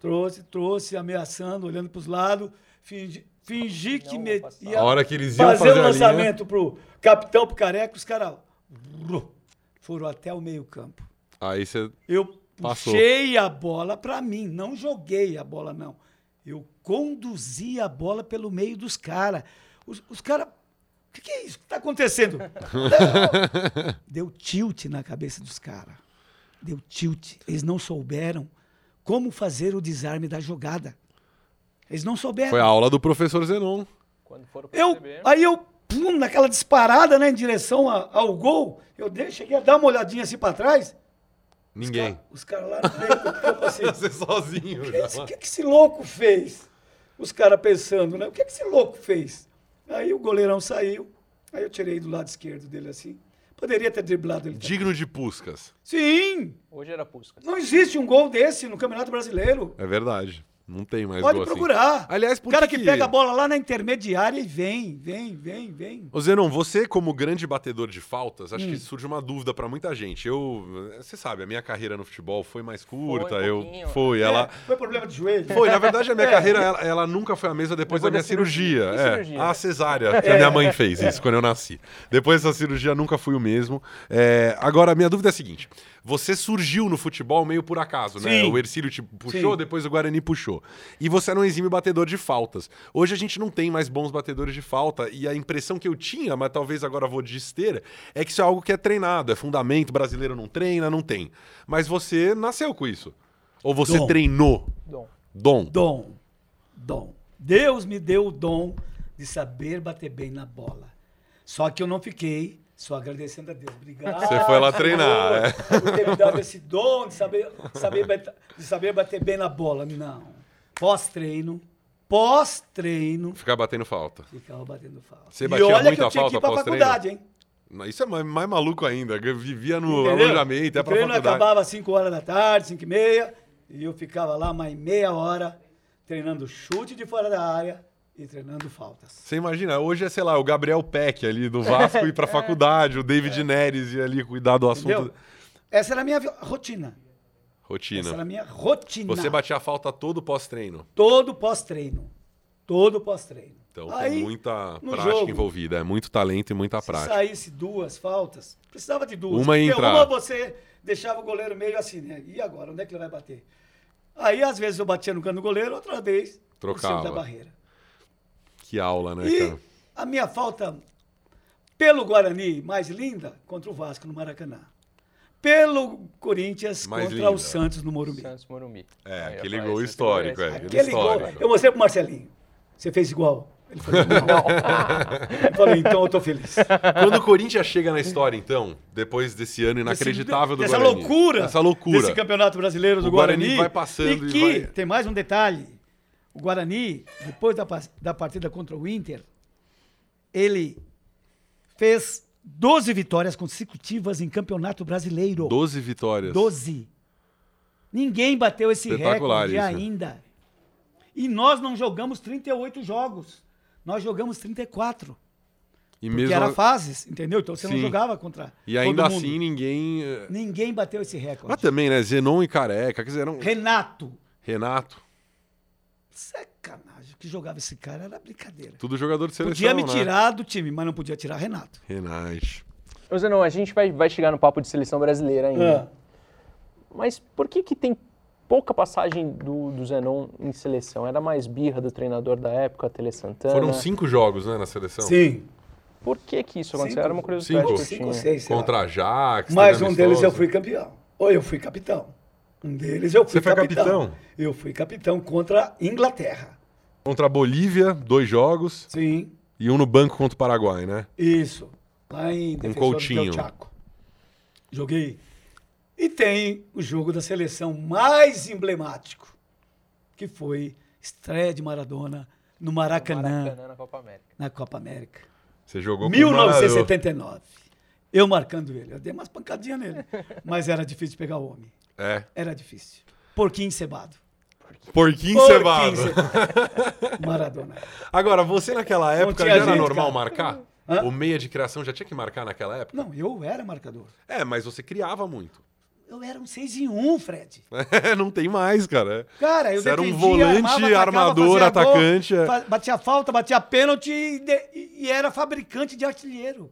B: Trouxe, trouxe, ameaçando, olhando para os lados, fingi, fingi que
C: Não,
B: me-
C: vou passar.
B: ia
A: A hora que eles iam
B: fazer,
A: fazer,
B: o
A: a linha-
B: lançamento pro capitão, pro careca, os caras bru, foram até o meio campo.
A: Aí você.
B: Eu
A: Passou.
B: puxei a bola para mim, não joguei a bola, não. Eu conduzi a bola pelo meio dos caras. Os, os caras. O que, que é isso? O que está acontecendo? Não. Deu tilt na cabeça dos caras. Deu tilt. Eles não souberam como fazer o desarme da jogada. Eles não souberam.
A: Foi a aula do professor Zenon.
C: Quando foram
B: Eu,
C: perceber,
B: aí eu, pum, naquela disparada, né, em direção a- ao gol, eu dei, cheguei a dar uma olhadinha assim pra trás.
A: Ninguém.
B: Os caras lá no meio do campo assim,
A: Você sozinho. já.
B: "Esse- o que, que esse louco fez? Os caras pensando, né? O que, que esse louco fez? Aí o goleirão saiu, aí eu tirei do lado esquerdo dele assim. Poderia ter driblado ele.
A: Digno de Puscas.
B: Sim!
C: hoje era Puskas.
B: Não existe um gol desse no Campeonato Brasileiro.
A: É verdade. Não tem mais
B: Pode
A: gol assim.
B: procurar.
A: Aliás, por
B: o cara
A: que
B: que,
A: que-
B: pega a bola lá na intermediária e vem, vem, vem, vem.
A: Ô Zenon, você como grande batedor de faltas,
C: Hum.
A: acho que surge uma dúvida pra muita gente. Eu, eh, você sabe, a minha carreira no futebol foi mais curta,
C: Foi um
A: eu
C: pouquinho.
A: foi, ela
B: É, foi problema de joelho.
A: foi, na verdade a minha
B: É.
A: carreira ela, ela nunca foi a mesma depois,
C: Depois
A: da minha
C: da
A: cirurgia,
C: cirurgia. Que
A: é,
C: cirurgia?
A: a cesárea que a minha mãe fez isso quando eu nasci. Depois dessa cirurgia nunca fui o mesmo. É, agora a minha dúvida é a seguinte: você surgiu no futebol meio por acaso, né?
B: Sim.
A: O Ercílio te puxou,
B: Sim.
A: depois o Guarani puxou. E você era um exímio batedor de faltas. Hoje a gente não tem mais bons batedores de falta. E a impressão que eu tinha, mas talvez agora vou de esteira, é que isso é algo que é treinado, é fundamento. Brasileiro não treina, não tem. Mas você nasceu com isso. Ou você
B: Dom.
A: treinou?
C: Dom.
A: Dom.
B: Dom. Dom. Deus me deu o dom de saber bater bem na bola. Só que eu não fiquei só agradecendo a Deus. Obrigado.
A: Você foi lá treinar,
B: Senhor,
A: é.
B: Por ter me dado esse dom de saber, saber bat- de saber bater bem na bola. Não. Pós-treino, pós-treino,
A: Ficar batendo falta.
B: ficava batendo falta.
A: Você batia
B: e olha que
A: muita
B: eu tinha que
A: falta
B: ir pra
A: pós-treino?
B: faculdade, hein?
A: Isso é mais, mais maluco ainda. que Eu vivia no
B: Entendeu?
A: alojamento, é
B: o
A: pra
B: treino
A: faculdade.
B: acabava às 5 horas da tarde, 5 e meia, e eu ficava lá mais meia hora treinando chute de fora da área e treinando faltas.
A: Você imagina, hoje é, sei lá, o Gabriel Peck ali do Vasco ir pra faculdade, o David Neres ir ali cuidar do assunto.
B: É. Entendeu? Essa era a minha vi- rotina. Essa era a
A: Rotina.
B: minha rotina.
A: Você batia a falta todo pós-treino.
B: Todo pós-treino. Todo pós-treino.
A: Então
B: Aí,
A: tem muita
B: no
A: prática
B: jogo,
A: envolvida. É muito talento e muita
B: Se
A: prática.
B: saísse duas faltas, precisava de duas.
A: Uma ia
B: porque
A: entrar.
B: Uma você deixava o goleiro meio assim, né? E agora? Onde é que ele vai bater? Aí, às vezes, eu batia no canto do goleiro, outra vez, por cima
A: Trocava.
B: da barreira.
A: Que aula, né,
B: E
A: cara?
B: a minha falta pelo Guarani, mais linda, contra o Vasco no Maracanã. Pelo Corinthians
A: Mais
B: contra
A: linda.
B: o Santos no Morumbi.
C: Santos Morumbi.
A: É,
C: Aí,
A: aquele
C: rapaz,
A: gol
C: esse
A: histórico,
C: merece.
A: é. aquele
B: Aquele gol.
A: histórico.
B: Eu mostrei pro Marcelinho. Você fez igual. Ele falou, não. eu falei, então eu tô feliz.
A: Quando o Corinthians chega na história, então, depois desse ano inacreditável do
B: Dessa
A: Guarani.
B: loucura.
A: Essa loucura.
B: Desse campeonato brasileiro do
A: O Guarani
B: Guarani.
A: vai passando
B: E
A: e
B: que,
A: vai-
B: tem mais um detalhe. O Guarani, depois da, pas- da partida contra o Inter, ele fez 12 vitórias consecutivas em campeonato brasileiro.
A: 12 vitórias.
B: 12. Ninguém bateu esse
A: Espetacular
B: recorde
A: isso.
B: ainda. E nós não jogamos 38 jogos. Nós jogamos 34.
A: E
B: Porque
A: mesmo
B: era fases, entendeu? Então você não
A: Sim.
B: jogava contra
A: E ainda
B: todo mundo.
A: assim ninguém. eh,
B: Ninguém bateu esse recorde.
A: Mas também, né? Zenon e Careca, quer dizer, não...
B: Renato.
A: Renato,
B: Sacanagem. O que jogava esse cara era brincadeira.
A: tudo jogador de seleção.
B: Podia me
A: né?
B: tirar do time, mas não podia tirar Renato.
A: Renate.
C: Ô, Zenon, a gente vai, vai chegar no papo de seleção brasileira
A: É.
B: Ah,
C: ainda. Mas por que que tem pouca passagem do, do Zenon em seleção? Era mais birra do treinador da época, Tele Santana?
A: Foram cinco jogos, né, na seleção?
B: Sim.
C: Por que que isso aconteceu?
B: Cinco.
C: Era uma curiosidade
A: Cinco.
C: que eu
B: Cinco
C: tinha.
B: ou seis, sei lá.
A: Contra a Jax.
B: Mas
A: teve
B: um deles eu
A: amistoso.
B: fui campeão. Ou eu fui capitão. Um deles eu fui
A: Você foi
B: capitão.
A: capitão?
B: Eu fui capitão contra a Inglaterra.
A: Contra a Bolívia, dois jogos.
B: Sim.
A: E um no banco contra o Paraguai, né?
B: Isso. Lá em Defensor
A: Coutinho.
B: do Chaco. Joguei. E tem o jogo da seleção mais emblemático, que foi estreia de Maradona no Maracanã.
C: Maracanã na Copa América.
B: na Copa América.
A: Você jogou com o Maradona.
B: 1979. Eu marcando ele. Eu dei umas pancadinhas nele. Mas era difícil pegar o homem.
A: É.
B: Era difícil. Porquinho cebado.
A: Porquinho cevado.
B: Maradona.
A: Agora, você naquela época
B: tinha
A: já era
B: gente,
A: normal
B: cara.
A: marcar?
B: Hã?
A: O meia de criação já tinha que marcar naquela época?
B: Não, eu era marcador.
A: É, mas você criava muito.
B: Eu era um 6 em 1, Fred.
A: não tem mais, cara.
B: Cara, eu
A: Você era um
B: defendia,
A: volante,
B: armava, atacava,
A: armador,
B: fazia gol,
A: atacante, é.
B: fa- batia falta, batia pênalti e, de- e era fabricante de artilheiro.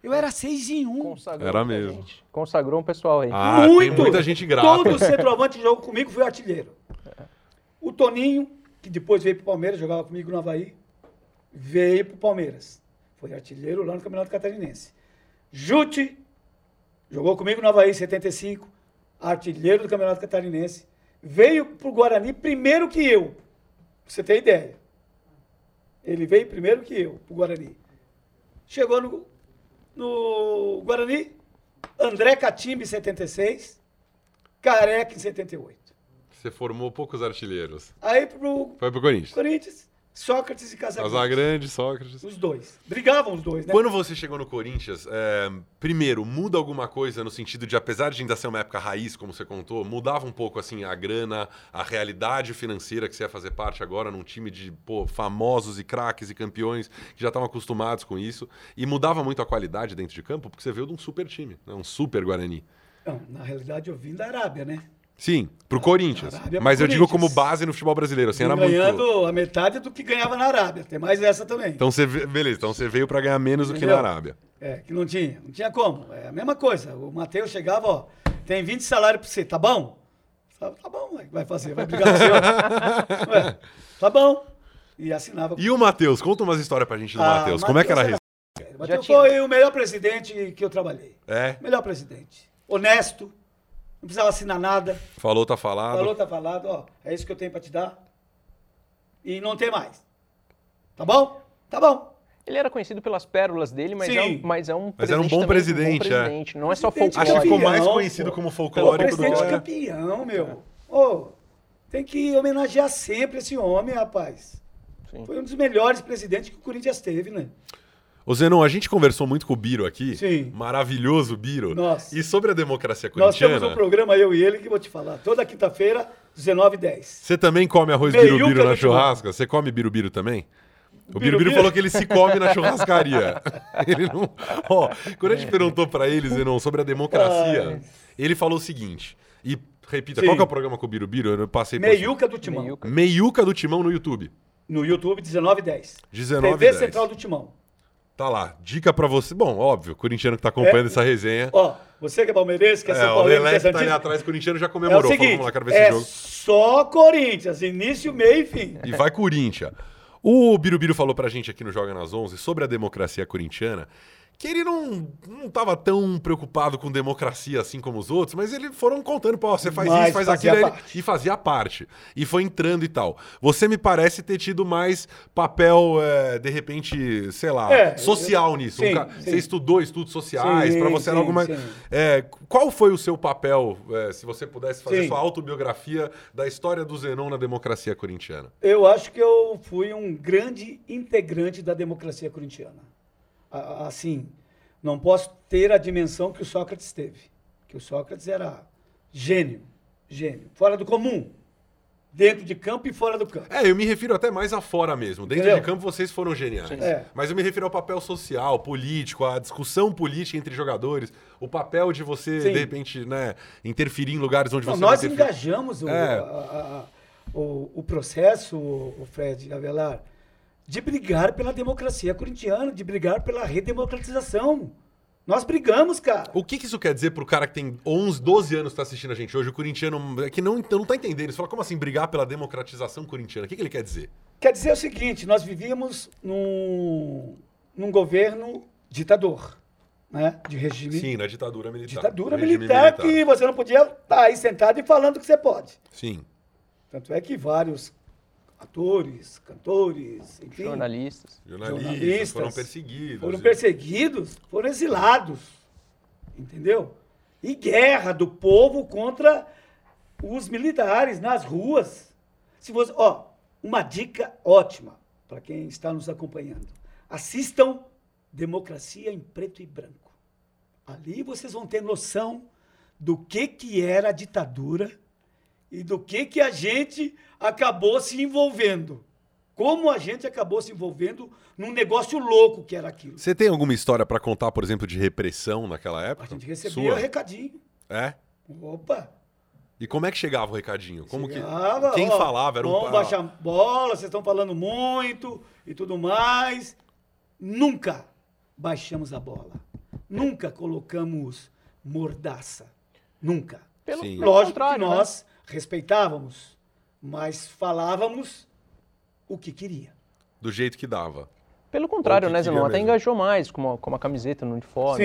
B: Eu era 6 em 1.
C: Consagrou
A: Era
C: muita
A: mesmo.
C: gente. Consagrou um pessoal aí.
A: Ah, tem muita gente grata.
B: Todo centroavante que jogou comigo foi artilheiro. O Toninho, que depois veio pro Palmeiras, jogava comigo no Havaí, veio pro Palmeiras. Foi artilheiro lá no Campeonato Catarinense. Jute, jogou comigo no Havaí em 75, artilheiro do Campeonato Catarinense. Veio pro Guarani primeiro que eu. Pra você ter ideia. Ele veio primeiro que eu pro Guarani. Chegou no, no Guarani, André Catimba em 76, Careca em 78.
A: Você formou poucos artilheiros.
B: Aí pro
A: Foi pro Corinthians.
B: Corinthians, Sócrates e Casagrande.
A: Casagrande, Sócrates.
B: Os dois. Brigavam os dois, né?
A: Quando você chegou no Corinthians, é, primeiro, muda alguma coisa no sentido de, apesar de ainda ser uma época raiz, como você contou, mudava um pouco assim a grana, a realidade financeira que você ia fazer parte agora num time de pô, famosos e craques e campeões que já estavam acostumados com isso. E mudava muito a qualidade dentro de campo, porque você veio de um super time, né? um super Guarani.
B: Não, na realidade eu vim da Arábia, né?
A: Sim, pro Corinthians.
B: Arábia pro
A: Mas eu digo como
B: é Corinthians.
A: base no futebol brasileiro, assim,
B: Vim
A: era
B: ganhando
A: muito.
B: a metade do que ganhava na Arábia. Tem mais essa também.
A: Então você, ve- beleza, então você veio pra ganhar menos do que na
B: Entendeu?
A: Arábia.
B: É, que não tinha. Não tinha como. É a mesma coisa. O Matheus chegava, ó, tem 20 salários pra você, tá bom? Falava, tá bom, ué, vai fazer, vai brigar com o senhor. Ué, tá bom. E assinava.
A: E o Matheus? Conta umas histórias pra gente do
B: Ah,
A: Matheus. Como é que era a
B: Matheus
A: res-
B: O Matheus
C: tinha.
B: foi o melhor presidente que eu trabalhei.
A: É,
B: Melhor presidente. Honesto, não precisava assinar nada.
A: falou, tá falado.
B: Falou, tá falado, ó, é isso que eu tenho pra te dar. E não tem mais. Tá bom? Tá bom.
C: Ele era conhecido pelas pérolas dele, mas,
B: Sim.
C: é um, mas é um
A: Mas era um
C: presidente
A: bom
C: também,
A: presidente, é.
C: presidente. Não é só
B: Presidente
A: Acho que
C: folclore.
A: ficou mais
B: Campeão,
A: conhecido
B: pô.
A: como
B: Pô,
A: folclórico do É.
B: presidente
A: que...
B: campeão, meu. Ô, tem que homenagear sempre esse homem, rapaz.
C: Sim.
B: Foi um dos melhores presidentes que o Corinthians teve, né?
A: Ô Zenon, a gente conversou muito com o Biro aqui.
B: Sim.
A: Maravilhoso Biro.
B: Nossa.
A: E sobre a democracia
B: Nós temos
A: corintiana,
B: um programa, eu e ele, que eu vou te falar. Toda quinta-feira, 19 h 10
A: você também come arroz
B: Meiuca
A: birubiru na
B: do
A: churrasca? Você come birubiru também? O
B: Birubiru?
A: Birubiru falou que ele se come na churrascaria. Ele não... Ó, quando a gente perguntou pra ele, Zenon, sobre a democracia, ele falou o seguinte, e repita,
B: Sim.
A: qual que é o programa com o Birubiru? Eu passei por-
B: Meiuca do Timão.
C: Meiuca.
A: Meiuca do Timão no YouTube.
B: No YouTube, 19 h 10
A: 19
B: TV
A: 10.
B: Central do Timão.
A: Tá lá, dica pra você. Bom, óbvio, corintiano que tá acompanhando essa resenha.
B: Ó, você que é palmeirense, que é,
A: É,
B: São
A: o
B: Paulo, que
A: Lelé
B: é
A: que tá ali
B: Santista,
A: atrás, o corintiano já
B: É o
A: comemorou. falou,
B: seguinte,
A: vamos lá, quero ver
B: é
A: esse jogo.
B: só Corinthians, início, meio e fim.
A: E vai Corinthians. O Birubiru falou pra gente aqui no Joga nas 11 sobre a democracia corintiana que ele não, não tava tão preocupado com democracia assim como os outros, mas eles foram contando, pô, você faz
B: Mas
A: isso, faz
B: fazia
A: aquilo, aí ele-
B: parte.
A: e fazia parte. E foi entrando e tal. Você me parece ter tido mais papel, é, de repente, sei lá,
B: É,
A: social nisso. Um
B: sim,
A: ca-
B: sim.
A: Você estudou estudos sociais,
B: Sim,
A: pra você era
B: sim,
A: alguma...
B: sim.
A: É, qual foi o seu papel, é, se você pudesse fazer
B: Sim.
A: sua autobiografia da história do Zenon na democracia corintiana?
B: Eu acho que eu fui um grande integrante da democracia corintiana. A- a- Assim, não posso ter a dimensão que o Sócrates teve. Que o Sócrates era gênio, gênio, fora do comum, dentro de campo e fora do campo.
A: É, eu me refiro até mais a fora mesmo. Dentro
B: Entendeu?
A: de campo vocês foram geniais.
B: É.
A: Mas eu me refiro ao papel social, político, à discussão política entre jogadores, o papel de você,
B: Sim.
A: de repente, né, interferir em lugares onde
B: Não,
A: você
B: nós
A: não interfere.
B: engajamos o,
A: É.
B: a- a- a- o, o processo, o Fred Avelar, de brigar pela democracia corintiana, de brigar pela redemocratização. Nós brigamos, cara.
A: O que, que isso quer dizer pro cara que tem 11, 12 anos que tá assistindo a gente hoje, o corintiano, é que não, não tá entendendo. Você fala, como assim, brigar pela democratização corintiana? O que, que ele quer dizer?
B: Quer dizer é o seguinte, nós vivíamos num, num governo ditador, né? De regime
A: Sim, na ditadura militar.
B: ditadura
A: No regime
B: militar, que você não podia estar aí sentado e falando o que você pode.
A: Sim.
B: Tanto é que vários atores, cantores, enfim,
C: Jornalistas.
A: Jornalistas,
B: Jornalistas
A: foram perseguidos. é.
B: foram
A: E-
B: perseguidos, foram exilados, entendeu? E guerra do povo contra os militares nas ruas. Se você, ó, uma dica ótima para quem está nos acompanhando. Assistam Democracia em Preto e Branco. Ali vocês vão ter noção do que que era a ditadura e do que que a gente acabou se envolvendo como a gente acabou se envolvendo num negócio louco que era aquilo.
A: Você tem alguma história pra contar, por exemplo, de repressão naquela
B: A
A: época?
B: gente recebia
A: Sua?
B: recadinho.
A: É?
B: Opa!
A: E como é que chegava o recadinho? Como
B: chegava,
A: que quem
B: ó,
A: falava era um
B: Vamos
A: pa-
B: baixar bola, vocês estão falando muito e tudo mais. Nunca baixamos a bola. Nunca colocamos mordaça. Nunca.
C: Pelo,
A: Sim.
C: pelo
B: Lógico que
C: contrário, né?
B: nós respeitávamos, mas falávamos o que queria.
A: do jeito que dava.
C: Pelo contrário,
A: Ou que
C: né, Zenon?
A: queria
C: Até
A: mesmo.
C: engajou mais com uma, com uma camiseta no uniforme,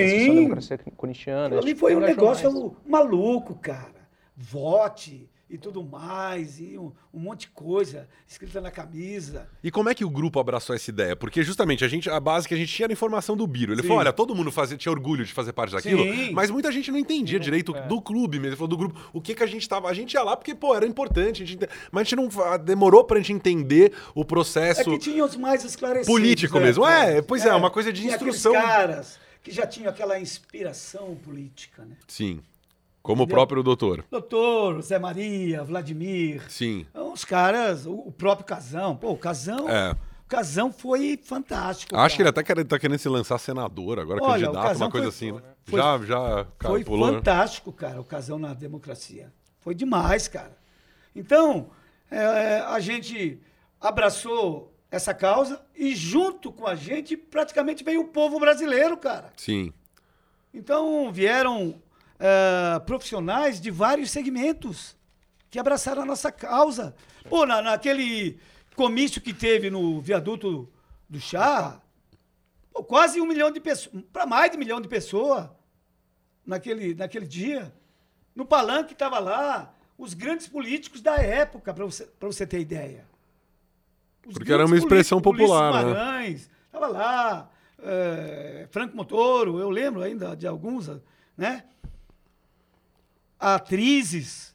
B: Sim.
C: a Associação Democracia Corintiana.
B: Aquilo
C: acho
B: ali
C: que
B: foi um
C: tipo engajou
B: negócio
C: mais.
B: maluco, cara. Vote e tudo mais, e um, um monte de coisa escrita na camisa.
A: E como é que o grupo abraçou essa ideia? Porque justamente a gente a base que a gente tinha era a informação do Biro. Ele falou: olha, todo mundo fazia, tinha orgulho de fazer parte daquilo,
B: Sim. é.
A: mas muita gente não entendia direito do clube mesmo. Ele falou do grupo, o que que a gente tava. A gente ia lá porque, pô, era importante, a gente ente- mas a gente não fa- demorou pra gente entender o processo.
B: É que tinha os mais esclarecidos.
A: Político mesmo.
B: cara?
A: É, pois é, uma coisa de
B: tinha aqueles
A: instrução.
B: caras que já tinham aquela inspiração política, né?
A: Sim. Como o próprio doutor.
B: Doutor, Zé Maria, Vladimir,
A: Sim.
B: os caras, o, o próprio Casão. Pô, o Casão,
A: É.
B: o Casão foi fantástico.
A: Acho que ele
B: cara.
A: até quer, tá querendo se lançar senador agora,
B: Olha, o
A: candidato,
B: Casão
A: uma coisa
B: foi-
A: assim. né?
B: foi-
A: já, já cara,
B: Foi
A: pulou. né?
B: fantástico, cara, o Casão na democracia. Foi demais, cara. Então, é, a gente abraçou essa causa e junto com a gente praticamente veio o povo brasileiro, cara.
A: Sim.
B: Então vieram eh, profissionais de vários segmentos que abraçaram a nossa causa. Pô, na, naquele comício que teve no viaduto do chá, pô, quase um milhão de pessoas, para mais de um milhão de pessoas naquele, naquele dia. No palanque estava lá os grandes políticos da época, para você, pra você ter ideia. Os
A: Porque era
B: grandes
A: uma expressão
B: políticos, Ulisses
A: popular, né?
B: Guimarães, estava lá, eh, Franco Montoro, eu lembro ainda de alguns, né? Atrizes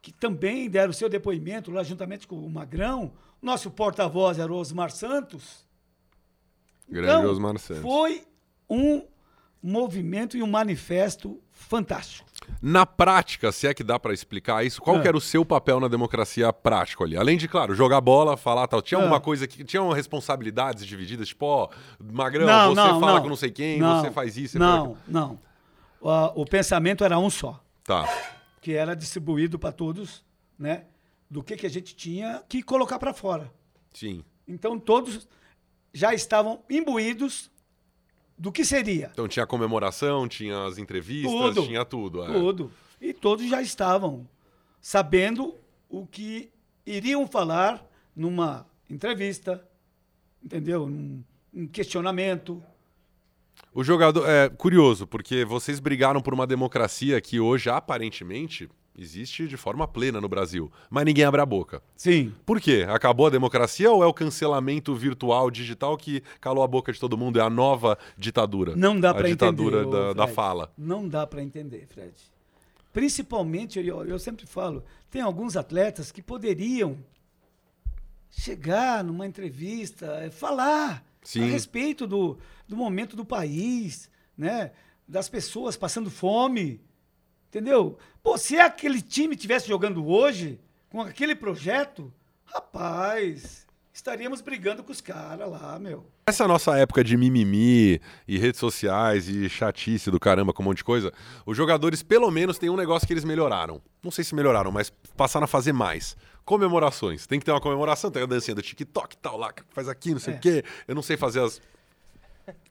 B: que também deram seu depoimento lá juntamente com o Magrão. Nosso porta-voz era o Osmar Santos.
A: Grande Osmar Santos.
B: Foi um movimento e um manifesto fantástico.
A: Na prática, se é que dá pra explicar isso, qual
B: Ah.
A: que era o seu papel na democracia prático ali? Além de, claro, jogar bola, falar tal, tinha alguma
B: Ah.
A: coisa que tinham responsabilidades divididas, tipo, ó, Magrão,
B: não,
A: você
B: não,
A: fala
B: não.
A: com não sei quem,
B: Não,
A: você faz isso, é você
B: Não, não. Ah, O, o pensamento era um só,
A: faz aquilo. Tá.
B: que era distribuído para todos, né? Do que, que a gente tinha que colocar para fora.
A: Sim.
B: Então todos já estavam imbuídos do que seria.
A: Então tinha a comemoração, tinha as entrevistas,
B: Tudo.
A: tinha tudo. é.
B: Tudo. E todos já estavam sabendo o que iriam falar numa entrevista, entendeu? Num, um questionamento.
A: O jogador. É curioso, porque vocês brigaram por uma democracia que hoje, aparentemente, existe de forma plena no Brasil. Mas ninguém abre a boca.
B: Sim.
A: Por quê? Acabou a democracia ou é o cancelamento virtual digital que calou a boca de todo mundo? É a nova ditadura.
B: Não dá
A: A
B: para entender. É.
A: ditadura
B: ô,
A: da, da
B: Fred.
A: fala.
B: Não dá para entender, Fred. Principalmente, eu, eu sempre falo, tem alguns atletas que poderiam chegar numa entrevista, eh, falar
A: Sim.
B: a respeito do, do momento do país, né? das pessoas passando fome, entendeu? Pô, se aquele time tivesse jogando hoje, com aquele projeto, rapaz, estaríamos brigando com os caras lá, meu.
A: Essa nossa época de mimimi e redes sociais e chatice do caramba com um monte de coisa, os jogadores pelo menos têm um negócio que eles melhoraram. Não sei se melhoraram, mas passaram a fazer mais. Comemorações. Tem que ter uma comemoração, tem a dancinha do TikTok e tal, lá, que faz aqui, não sei
B: É.
A: o quê. Eu não sei fazer as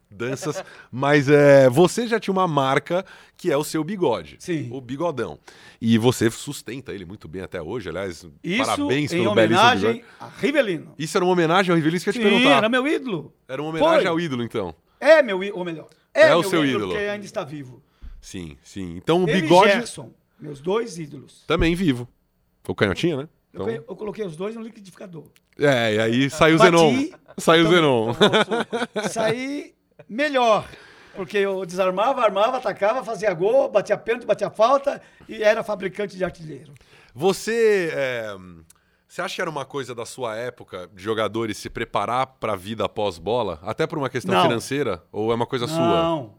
A: danças, mas é, você já tinha uma marca que é o seu bigode.
B: Sim.
A: O bigodão. E você sustenta ele muito bem até hoje, aliás.
B: Isso
A: parabéns
B: em
A: pelo belíssimo né?
B: homenagem
A: bigode.
B: a Rivelino.
A: Isso era uma homenagem ao Rivelino, isso que eu ia te
B: Sim,
A: perguntar.
B: era meu ídolo.
A: Era uma homenagem
B: Foi.
A: ao ídolo, então.
B: É meu ídolo, ou melhor, é,
A: É o
B: meu
A: seu ídolo.
B: porque ainda está vivo.
A: Sim, sim. Então o
B: Ele
A: bigode
B: e Gerson, meus dois ídolos.
A: também vivo. Foi o canhotinha, né?
B: Eu,
A: Então...
B: co- eu coloquei os dois no liquidificador.
A: É, e aí saiu o
B: Bati,
A: Zenon. Saiu o
B: tomei,
A: Zenon.
B: Saí melhor, porque eu desarmava, armava, atacava, fazia gol, batia pênalti, batia falta e era fabricante de artilheiro.
A: Você. é, Você acha que era uma coisa da sua época de jogadores se preparar pra vida após bola? Até por uma questão
B: Não.
A: financeira? Ou é uma coisa sua?
B: Não,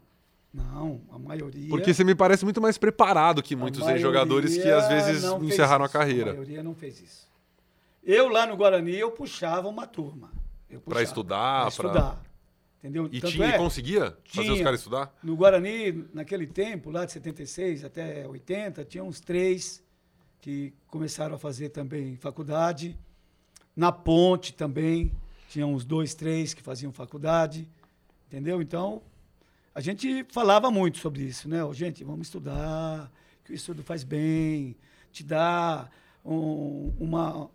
B: não, a maioria...
A: Porque você me parece muito mais preparado que muitos
B: A maioria
A: jogadores que às vezes
B: não fez
A: encerraram a
B: isso. A
A: carreira.
B: maioria não fez isso. Eu lá no Guarani, eu puxava uma turma. Eu
A: Pra
B: puxava,
A: estudar,
B: pra
A: pra-
B: estudar. Entendeu?
A: E,
B: Tanto
A: tinha, e
B: é-
A: conseguia fazer os
B: tinha.
A: caras estudar?
B: No Guarani, naquele tempo, lá de 76 até 80, tinha uns três que começaram a fazer também faculdade. Na Ponte também, tinha uns dois, três que faziam faculdade. Entendeu? Então, a gente falava muito sobre isso, né? Ô, gente, vamos estudar, que o estudo faz bem, te dá um- uma.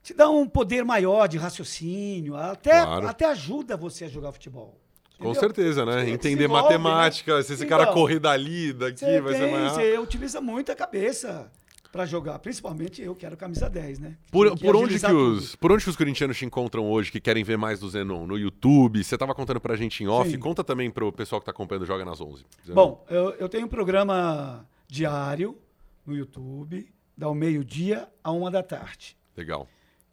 B: Te dá um poder maior de raciocínio, até,
A: Claro.
B: até ajuda você a jogar futebol.
A: Com
B: entendeu?
A: certeza, né?
B: Sim,
A: Entender
B: desenvolve,
A: matemática,
B: né?
A: se esse
B: Sim,
A: cara
B: então,
A: correr dali, daqui,
B: Você
A: vai ser
B: tem-
A: mais rápido.
B: Você utiliza muito a cabeça para jogar, principalmente eu quero camisa 10, né? Tem
A: Por,
B: que
A: por onde
B: agilizar
A: que
B: tudo.
A: os, por onde que os corintianos te encontram hoje que querem ver mais do Zenon? No YouTube? Você tava contando pra gente em off.
B: Sim.
A: Conta também pro pessoal que tá acompanhando o Joga nas 11. Zenon.
B: Bom, eu, eu tenho um programa diário no YouTube, da ao meio-dia a uma da tarde,
A: Legal.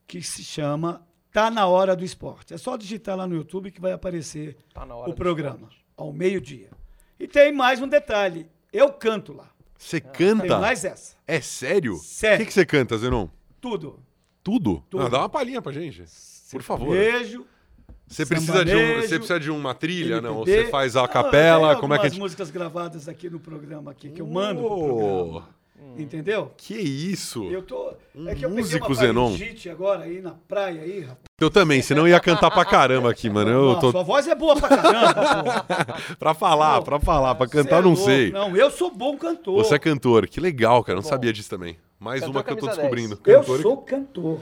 B: que se chama Tá na Hora do Esporte. É só digitar lá no YouTube que vai aparecer
C: Tá na hora
B: o
C: do
B: programa, ao meio-dia. E tem mais um detalhe, eu canto lá.
A: Você
B: Tem
A: canta?
B: mais essa.
A: É sério?
B: Sério.
A: O que que você canta, Zenon?
B: Tudo.
A: Tudo?
B: Tudo.
A: Ah, dá uma palhinha pra gente. Por favor.
B: Beijo.
A: Você precisa, de um,
B: Sertanejo,
A: você precisa de uma trilha, não? Ou
B: MPB.
A: Você faz a
B: Não,
A: capela?
B: Ah, eu tenho
A: como é que a
B: algumas
A: gente...
B: músicas gravadas aqui no programa aqui que eu mando pro programa. Entendeu?
A: Que isso?
B: Eu tô é que eu
A: Um músico,
B: peguei uma
A: Zenon.
B: parasite agora aí na praia aí, rapaz.
A: Eu também, senão eu ia cantar pra caramba aqui, mano. Eu
B: Não,
A: tô...
B: Sua voz é boa pra caramba. pô.
A: Pra falar,
B: Não,
A: pra falar, pra
B: Cê é
A: cantar eu não
B: louco.
A: sei.
B: Não, eu sou bom cantor.
A: Você é cantor, que legal, cara. Eu não sabia disso também. Mais
C: Cantor
A: uma que eu tô
C: camisa
A: descobrindo.
C: 10.
D: Eu
A: Cantor-
D: sou cantor.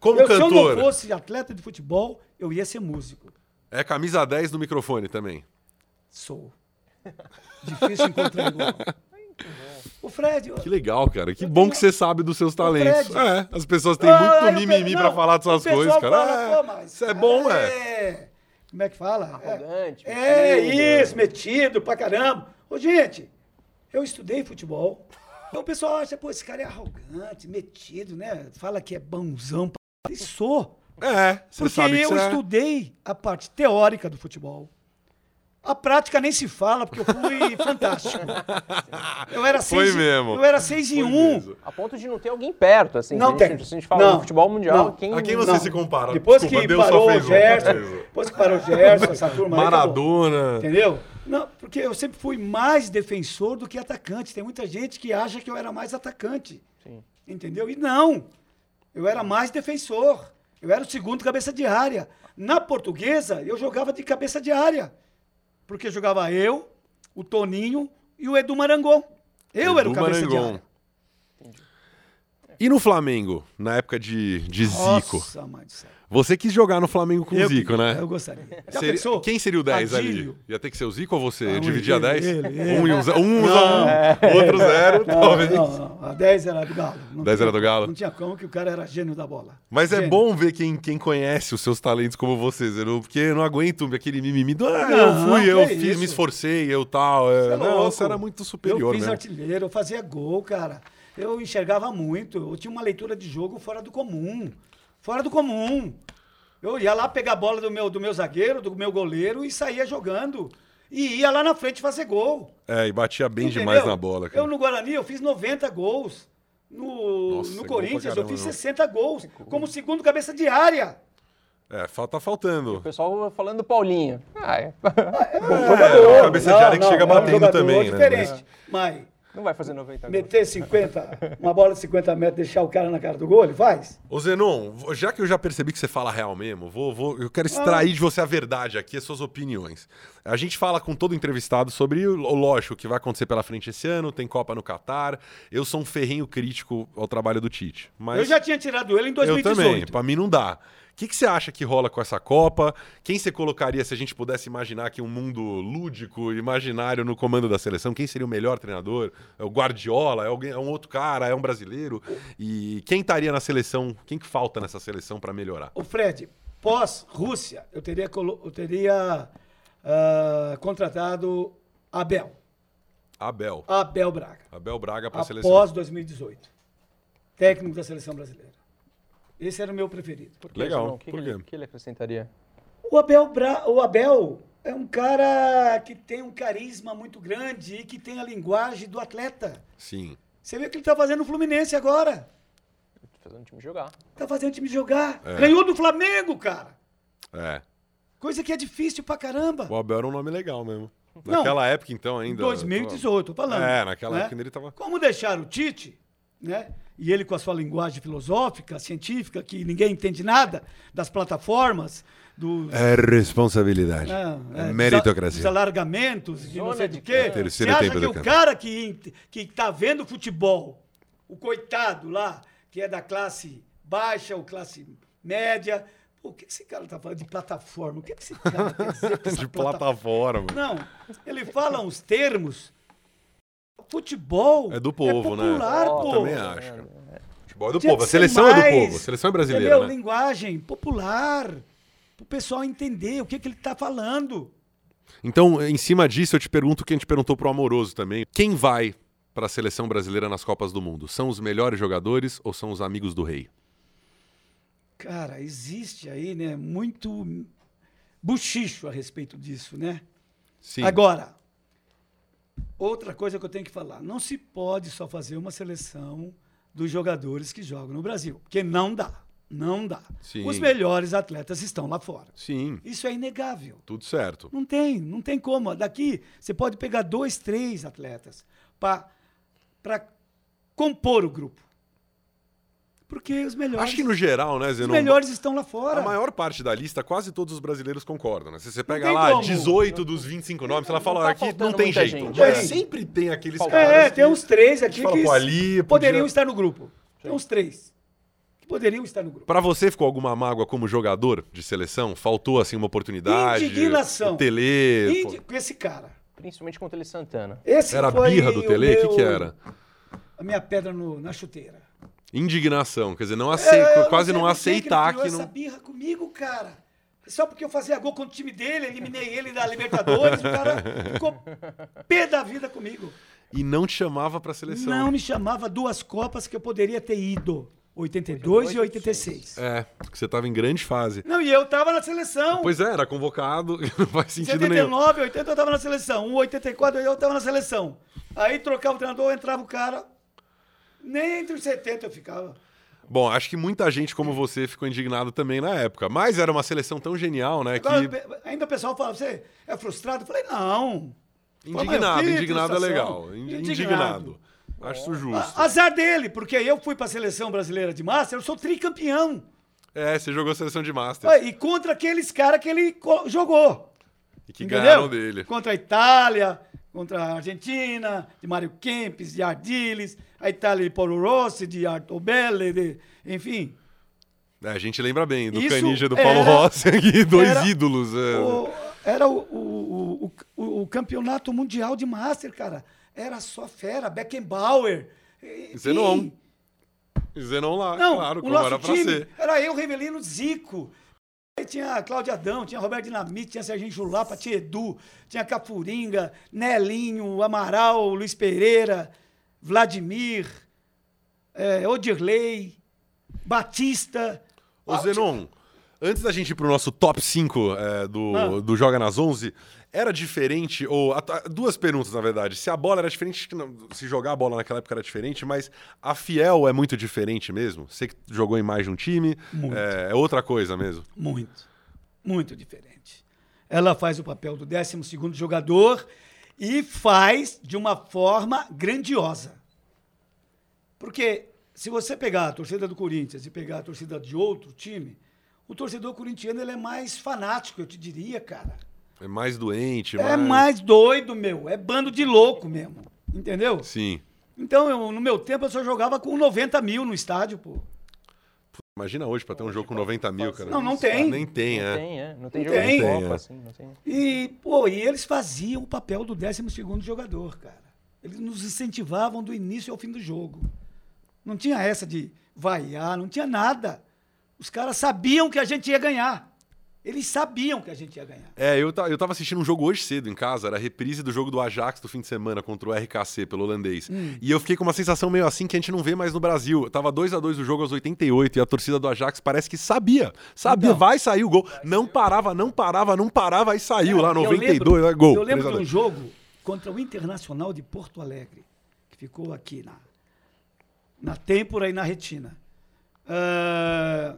A: Como
B: eu, Se eu
A: cantor,
B: não fosse atleta de futebol, eu ia ser músico.
A: é camisa 10 no microfone também.
B: Sou. Difícil encontrar igual. O Fred,
A: Que legal, cara. Que bom que você sabe dos seus talentos.
B: Fred.
A: É, as pessoas têm
B: Ah, eu
A: muito
B: pe-
A: mimimi
B: não,
A: pra falar dessas
B: o pessoal
A: coisas, cara.
B: fala, pô,
A: É,
B: mas,
A: Isso é bom, é.
B: é. Como é que fala? É.
C: Arrogante,
B: É,
C: metido.
B: isso, metido pra caramba. Ô, gente, eu estudei futebol. Então o pessoal acha, pô, esse cara é arrogante, metido, né? Fala que é bonzão. pra caralho. E sou.
A: É, você
B: Porque
A: sabe que
B: eu
A: você é.
B: estudei a parte teórica do futebol. A prática nem se fala, porque eu fui fantástico. Eu era
A: Foi
B: seis, em-
A: mesmo.
B: Eu era seis em
A: Foi
B: um.
A: mesmo.
C: A ponto de não ter alguém perto, assim.
B: Não
C: se a
B: tem.
C: gente, se a gente fala
B: Não.
C: do futebol mundial,
B: Não.
C: quem...
A: A quem você se compara?
B: Depois
A: Desculpa,
B: que
A: Deus só
B: parou o
A: fez um.
B: Gerson, depois que parou o Gerson, essa turma aí, acabou.
A: Maradona.
B: Entendeu? Não, porque eu sempre fui mais defensor do que atacante. Tem muita gente que acha que eu era mais atacante.
C: Sim.
B: Entendeu? E não. Eu era mais defensor. Eu era o segundo cabeça de área. Na portuguesa, eu jogava de cabeça de área. Porque jogava eu, o Toninho e o Edu Marangon. Eu era o
A: Edu
B: cabeça de
A: Marangon.
B: área.
A: É E no Flamengo, na época de, de Zico?
B: Nossa, mãe do céu.
A: Você quis jogar no Flamengo com o
B: Eu
A: Zico,
B: queria,
A: né?
B: Eu gostaria. Já
A: Seria-
B: pensou?
A: Quem seria o 10
B: Adílio.
A: ali? Ia ter que ser o Zico ou você?
B: Não,
A: Dividia
B: ele,
A: 10?
B: ele,
A: um
B: ele.
A: e usa um, usa
B: Não. É.
A: um outro zero,
B: Não,
A: talvez.
B: Não, não. A 10 era do Galo. Não
A: 10 era
B: tinha-
A: do Galo?
B: Não tinha como que o cara era gênio da bola.
A: Mas é
B: Gênio.
A: bom ver quem, quem conhece os seus talentos como vocês, Zenon, porque eu não aguento aquele mimimi do ah, eu
B: Não,
A: fui,
B: que é
A: eu fiz,
B: isso.
A: me esforcei, eu tal. É,
B: Você é
A: não,
B: louco.
A: você era muito superior né?
B: Eu fiz
A: mesmo.
B: artilheiro, eu fazia gol, cara. Eu enxergava muito. Eu tinha uma leitura de jogo fora do comum. Fora do comum. Eu ia lá pegar a bola do meu, do meu zagueiro, do meu goleiro e saía jogando. E ia lá na frente fazer gol.
A: É, e batia bem
B: Entendeu?
A: demais na bola, cara.
B: Eu no Guarani eu fiz 90 gols. No,
A: Nossa,
B: no
A: gol pra
B: Corinthians eu
A: caramba,
B: fiz
A: não.
B: 60 gols. Como segundo cabeça de área.
A: É, fa- tá faltando.
C: O pessoal falando do Paulinho. Ah, é.
A: É, cabeça de área que chega
B: é um
A: batendo
B: jogador
A: também, né?
B: diferente. Mas
C: não vai fazer 90 agora.
B: meter 50, uma bola de 50 metros, deixar o cara na cara do gol, ele faz?
A: Ô Zenon, vo- já que eu já percebi que você fala real mesmo, vou, vou- eu quero extrair de você a verdade aqui, as suas opiniões. A gente fala com todo entrevistado sobre, o- lógico, o que vai acontecer pela frente esse ano, tem Copa no Catar. Eu sou um ferrenho crítico ao trabalho do Tite. Mas
B: Eu já tinha tirado ele em
A: eu
B: 2018.
A: também, pra mim não dá. O que, que você acha que rola com essa Copa? Quem você colocaria se a gente pudesse imaginar aqui um mundo lúdico, imaginário no comando da seleção? Quem seria o melhor treinador? É o Guardiola? É, alguém, é um outro cara? É um brasileiro? E quem estaria na seleção? Quem que falta nessa seleção pra melhorar?
B: O Fred, pós-Rússia, eu teria, colo- eu teria ah, contratado Abel,
A: Abel.
B: Abel Braga,
A: Abel Braga pra seleção.
B: após 2018. Técnico da seleção brasileira. Esse era o meu preferido.
C: Por que,
A: Legal,
C: João? O que,
A: por
C: que ele-
A: quê?
C: que ele acrescentaria?
B: O Abel, Bra- o Abel é um cara que tem um carisma muito grande e que tem a linguagem do atleta.
A: Sim.
B: tá Você vê o que ele está fazendo no Fluminense agora.
C: fazendo o time jogar.
B: Tá fazendo o time jogar. Ganhou do Flamengo, cara.
A: É.
B: Coisa que é difícil pra caramba.
A: O Abel era um nome legal mesmo.
B: Não.
A: Naquela época, então, ainda.
B: 2018, tô falando.
A: É, naquela
B: né?
A: época ainda ele tava-
B: Como deixar o Tite, né? E ele com a sua linguagem filosófica, científica, que ninguém entende nada, das plataformas, dos,
A: É responsabilidade.
B: é,
A: É
B: é,
A: meritocracia.
B: Dos alargamentos, de não
C: Zona
B: sei
C: de
B: do quê.
C: campo.
B: Você
A: Terceiro
B: acha
A: tempo
B: que
A: do
B: o
A: campo.
B: cara que, ent- que tá vendo futebol, o coitado lá, que é da classe baixa ou classe média, pô, o que esse cara tá falando de plataforma? O que esse cara quer dizer com essa
A: De
B: plataforma?
A: plataforma.
B: Não, ele fala uns termos. Futebol
A: É do povo, né?
B: popular,
A: Eu
B: pô.
A: também
C: Né?
A: acho. cara. Futebol é do
B: Tinha
A: povo. A
B: que ser
A: seleção é do
B: mais,
A: povo. A seleção é brasileira,
B: entendeu?
A: né?
B: Linguagem popular, pro pessoal entender o que, que ele tá falando.
A: Então, em cima disso, eu te pergunto o que a gente perguntou pro Amoroso também. Quem vai pra seleção brasileira nas Copas do Mundo? São os melhores jogadores ou são os amigos do rei?
B: Cara, existe aí, né, muito buchicho a respeito disso, né?
A: Sim.
B: Agora, outra coisa que eu tenho que falar, não se pode só fazer uma seleção dos jogadores que jogam no Brasil, porque não dá, não dá.
A: Sim.
B: Os melhores atletas estão lá fora.
A: Sim,
B: Isso é inegável.
A: tudo certo.
B: Não tem, não tem como. Daqui você pode pegar dois, três atletas para compor o grupo. Porque os melhores,
A: Acho que no geral, né,
B: os
A: Zenon?
B: melhores estão lá
A: A
B: fora.
A: maior parte da lista, quase todos os brasileiros concordam, né? Se você pega
B: tem
A: lá
B: como.
A: 18 dos 25 nomes, você
C: Não,
A: ela fala,
C: não tá
A: "Ah, aqui não
C: faltando
A: tem
C: muita
A: jeito.
C: gente.
A: Mas
B: Tem.
A: sempre tem aqueles
C: É,
A: caras.
B: É, tem uns três aqui
A: fala,
B: que
A: pô, ali,
B: poderiam
A: podia-
B: estar no grupo. Tem uns três que poderiam estar no grupo.
A: Pra você ficou alguma mágoa como jogador de seleção? Faltou assim uma oportunidade?
B: Indignação.
A: O Tele. pô,
B: E com esse cara.
C: Principalmente contra ele Santana.
B: Esse
A: Era a
B: foi
A: birra do
B: o
A: Tele? O que,
B: meu-
A: que era?
B: A minha pedra no- na chuteira.
A: Indignação, quer dizer, não acei...
B: É, Eu
A: quase
B: sei
A: não
B: por que que ele
A: aceitar
B: criou
A: que
B: essa
A: não.
B: birra comigo, cara. Só porque eu fazia gol contra o time dele, eliminei ele da Libertadores, o cara ficou pé da vida comigo.
A: E não te chamava pra seleção.
B: Não me chamava duas Copas que eu poderia ter ido, 82 e 86.
A: É, porque você tava em grande fase.
B: Não, e eu tava na seleção.
A: Pois é, era convocado, não faz sentido nenhum.
B: 79, 80 eu tava na seleção. 1, 84 eu tava na seleção. Aí trocava o treinador, entrava o cara. Nem entre os 70 eu ficava.
A: Bom, acho que muita gente como você ficou indignado também na época. Mas era uma seleção tão genial, né?
B: Agora,
A: que
B: pe- ainda o pessoal fala, você é frustrado? Eu falei, não.
A: indignado,
B: Pô, mas eu fiz
A: indignado é
B: frustração.
A: legal. Ind- Indignado. Acho isso justo.
B: A- Azar dele, porque eu fui pra seleção brasileira de Master, eu sou tricampeão. Ah.
A: É, você jogou seleção de Master.
B: Ué, E contra aqueles caras que ele co- jogou.
A: E que
B: Entendeu?
A: ganharam dele.
B: Contra a Itália, contra a Argentina, de Mário Kempes, de Ardiles, a Itália de Paulo Rossi, de Arthur Belli, de... enfim.
A: É, a gente lembra bem do
B: Isso
A: Canija do Paulo
B: era-
A: Rossi aqui, dois
B: era
A: ídolos. é.
B: O- era o, o- o- o- o campeonato mundial de Master, cara. Era só fera, Beckenbauer. e-
A: Zenon.
B: enfim.
A: Zenon lá,
B: Não,
A: claro,
B: o
A: como
B: nosso
A: era pra
B: time
A: ser.
B: era eu, Revelino Zico. Aí tinha Cláudio Adão, tinha Roberto Dinamite, tinha Serginho Chulapa, tinha Edu, tinha Capuringa, Nelinho, Amaral, Luiz Pereira, Vladimir, eh, Odirley, Batista.
A: Ô, Zenon, antes da gente ir pro nosso top 5 é, do,
B: Ah.
A: do Joga nas 11, era diferente, ou... a- a- duas perguntas, na verdade. Se a bola era diferente, acho que não, se jogar a bola naquela época era diferente, mas a Fiel é muito diferente mesmo? Você que jogou em mais de um time,
B: Muito.
A: é, é outra coisa mesmo.
B: Muito. Muito diferente. Ela faz o papel do 12 jogador e faz de uma forma grandiosa. Porque se você pegar a torcida do Corinthians e pegar a torcida de outro time, o torcedor corintiano ele é mais fanático, eu te diria, cara.
A: É mais doente,
B: É mais doido, meu. É bando de louco mesmo. Entendeu?
A: Sim.
B: Então, eu, no meu tempo, eu só jogava com 90 mil no estádio, pô.
A: Imagina hoje pra ter um jogo com 90 mil, cara.
B: Não, não tem.
A: Nem tem,
C: Não
A: é.
C: tem, é. Não tem
B: Não
C: jogo
B: tem.
C: de
A: Tem, é.
C: Copa, assim. Não tem.
B: E, pô, e eles faziam o papel do 12 jogador, cara. Eles nos incentivavam do início ao fim do jogo. Não tinha essa de vaiar, não tinha nada. Os caras sabiam que a gente ia ganhar. Eles sabiam que a gente ia ganhar.
A: É, eu, ta- eu tava assistindo um jogo hoje cedo em casa, era a reprise do jogo do Ajax do fim de semana contra o RKC pelo holandês.
B: Hum.
A: E eu fiquei com uma sensação meio assim que a gente não vê mais no Brasil. Tava 2 a 2 o jogo aos 88 e a torcida do Ajax parece que sabia. Sabia,
B: Então.
A: vai sair o gol. Não parava, não parava, não parava, aí saiu lá
B: É, Eu
A: 92,
B: lembro-
A: é gol.
B: Eu lembro
A: 3 a
B: de um
A: 2.
B: jogo contra o Internacional de Porto Alegre, que ficou aqui na, na têmpora e na retina. Ah,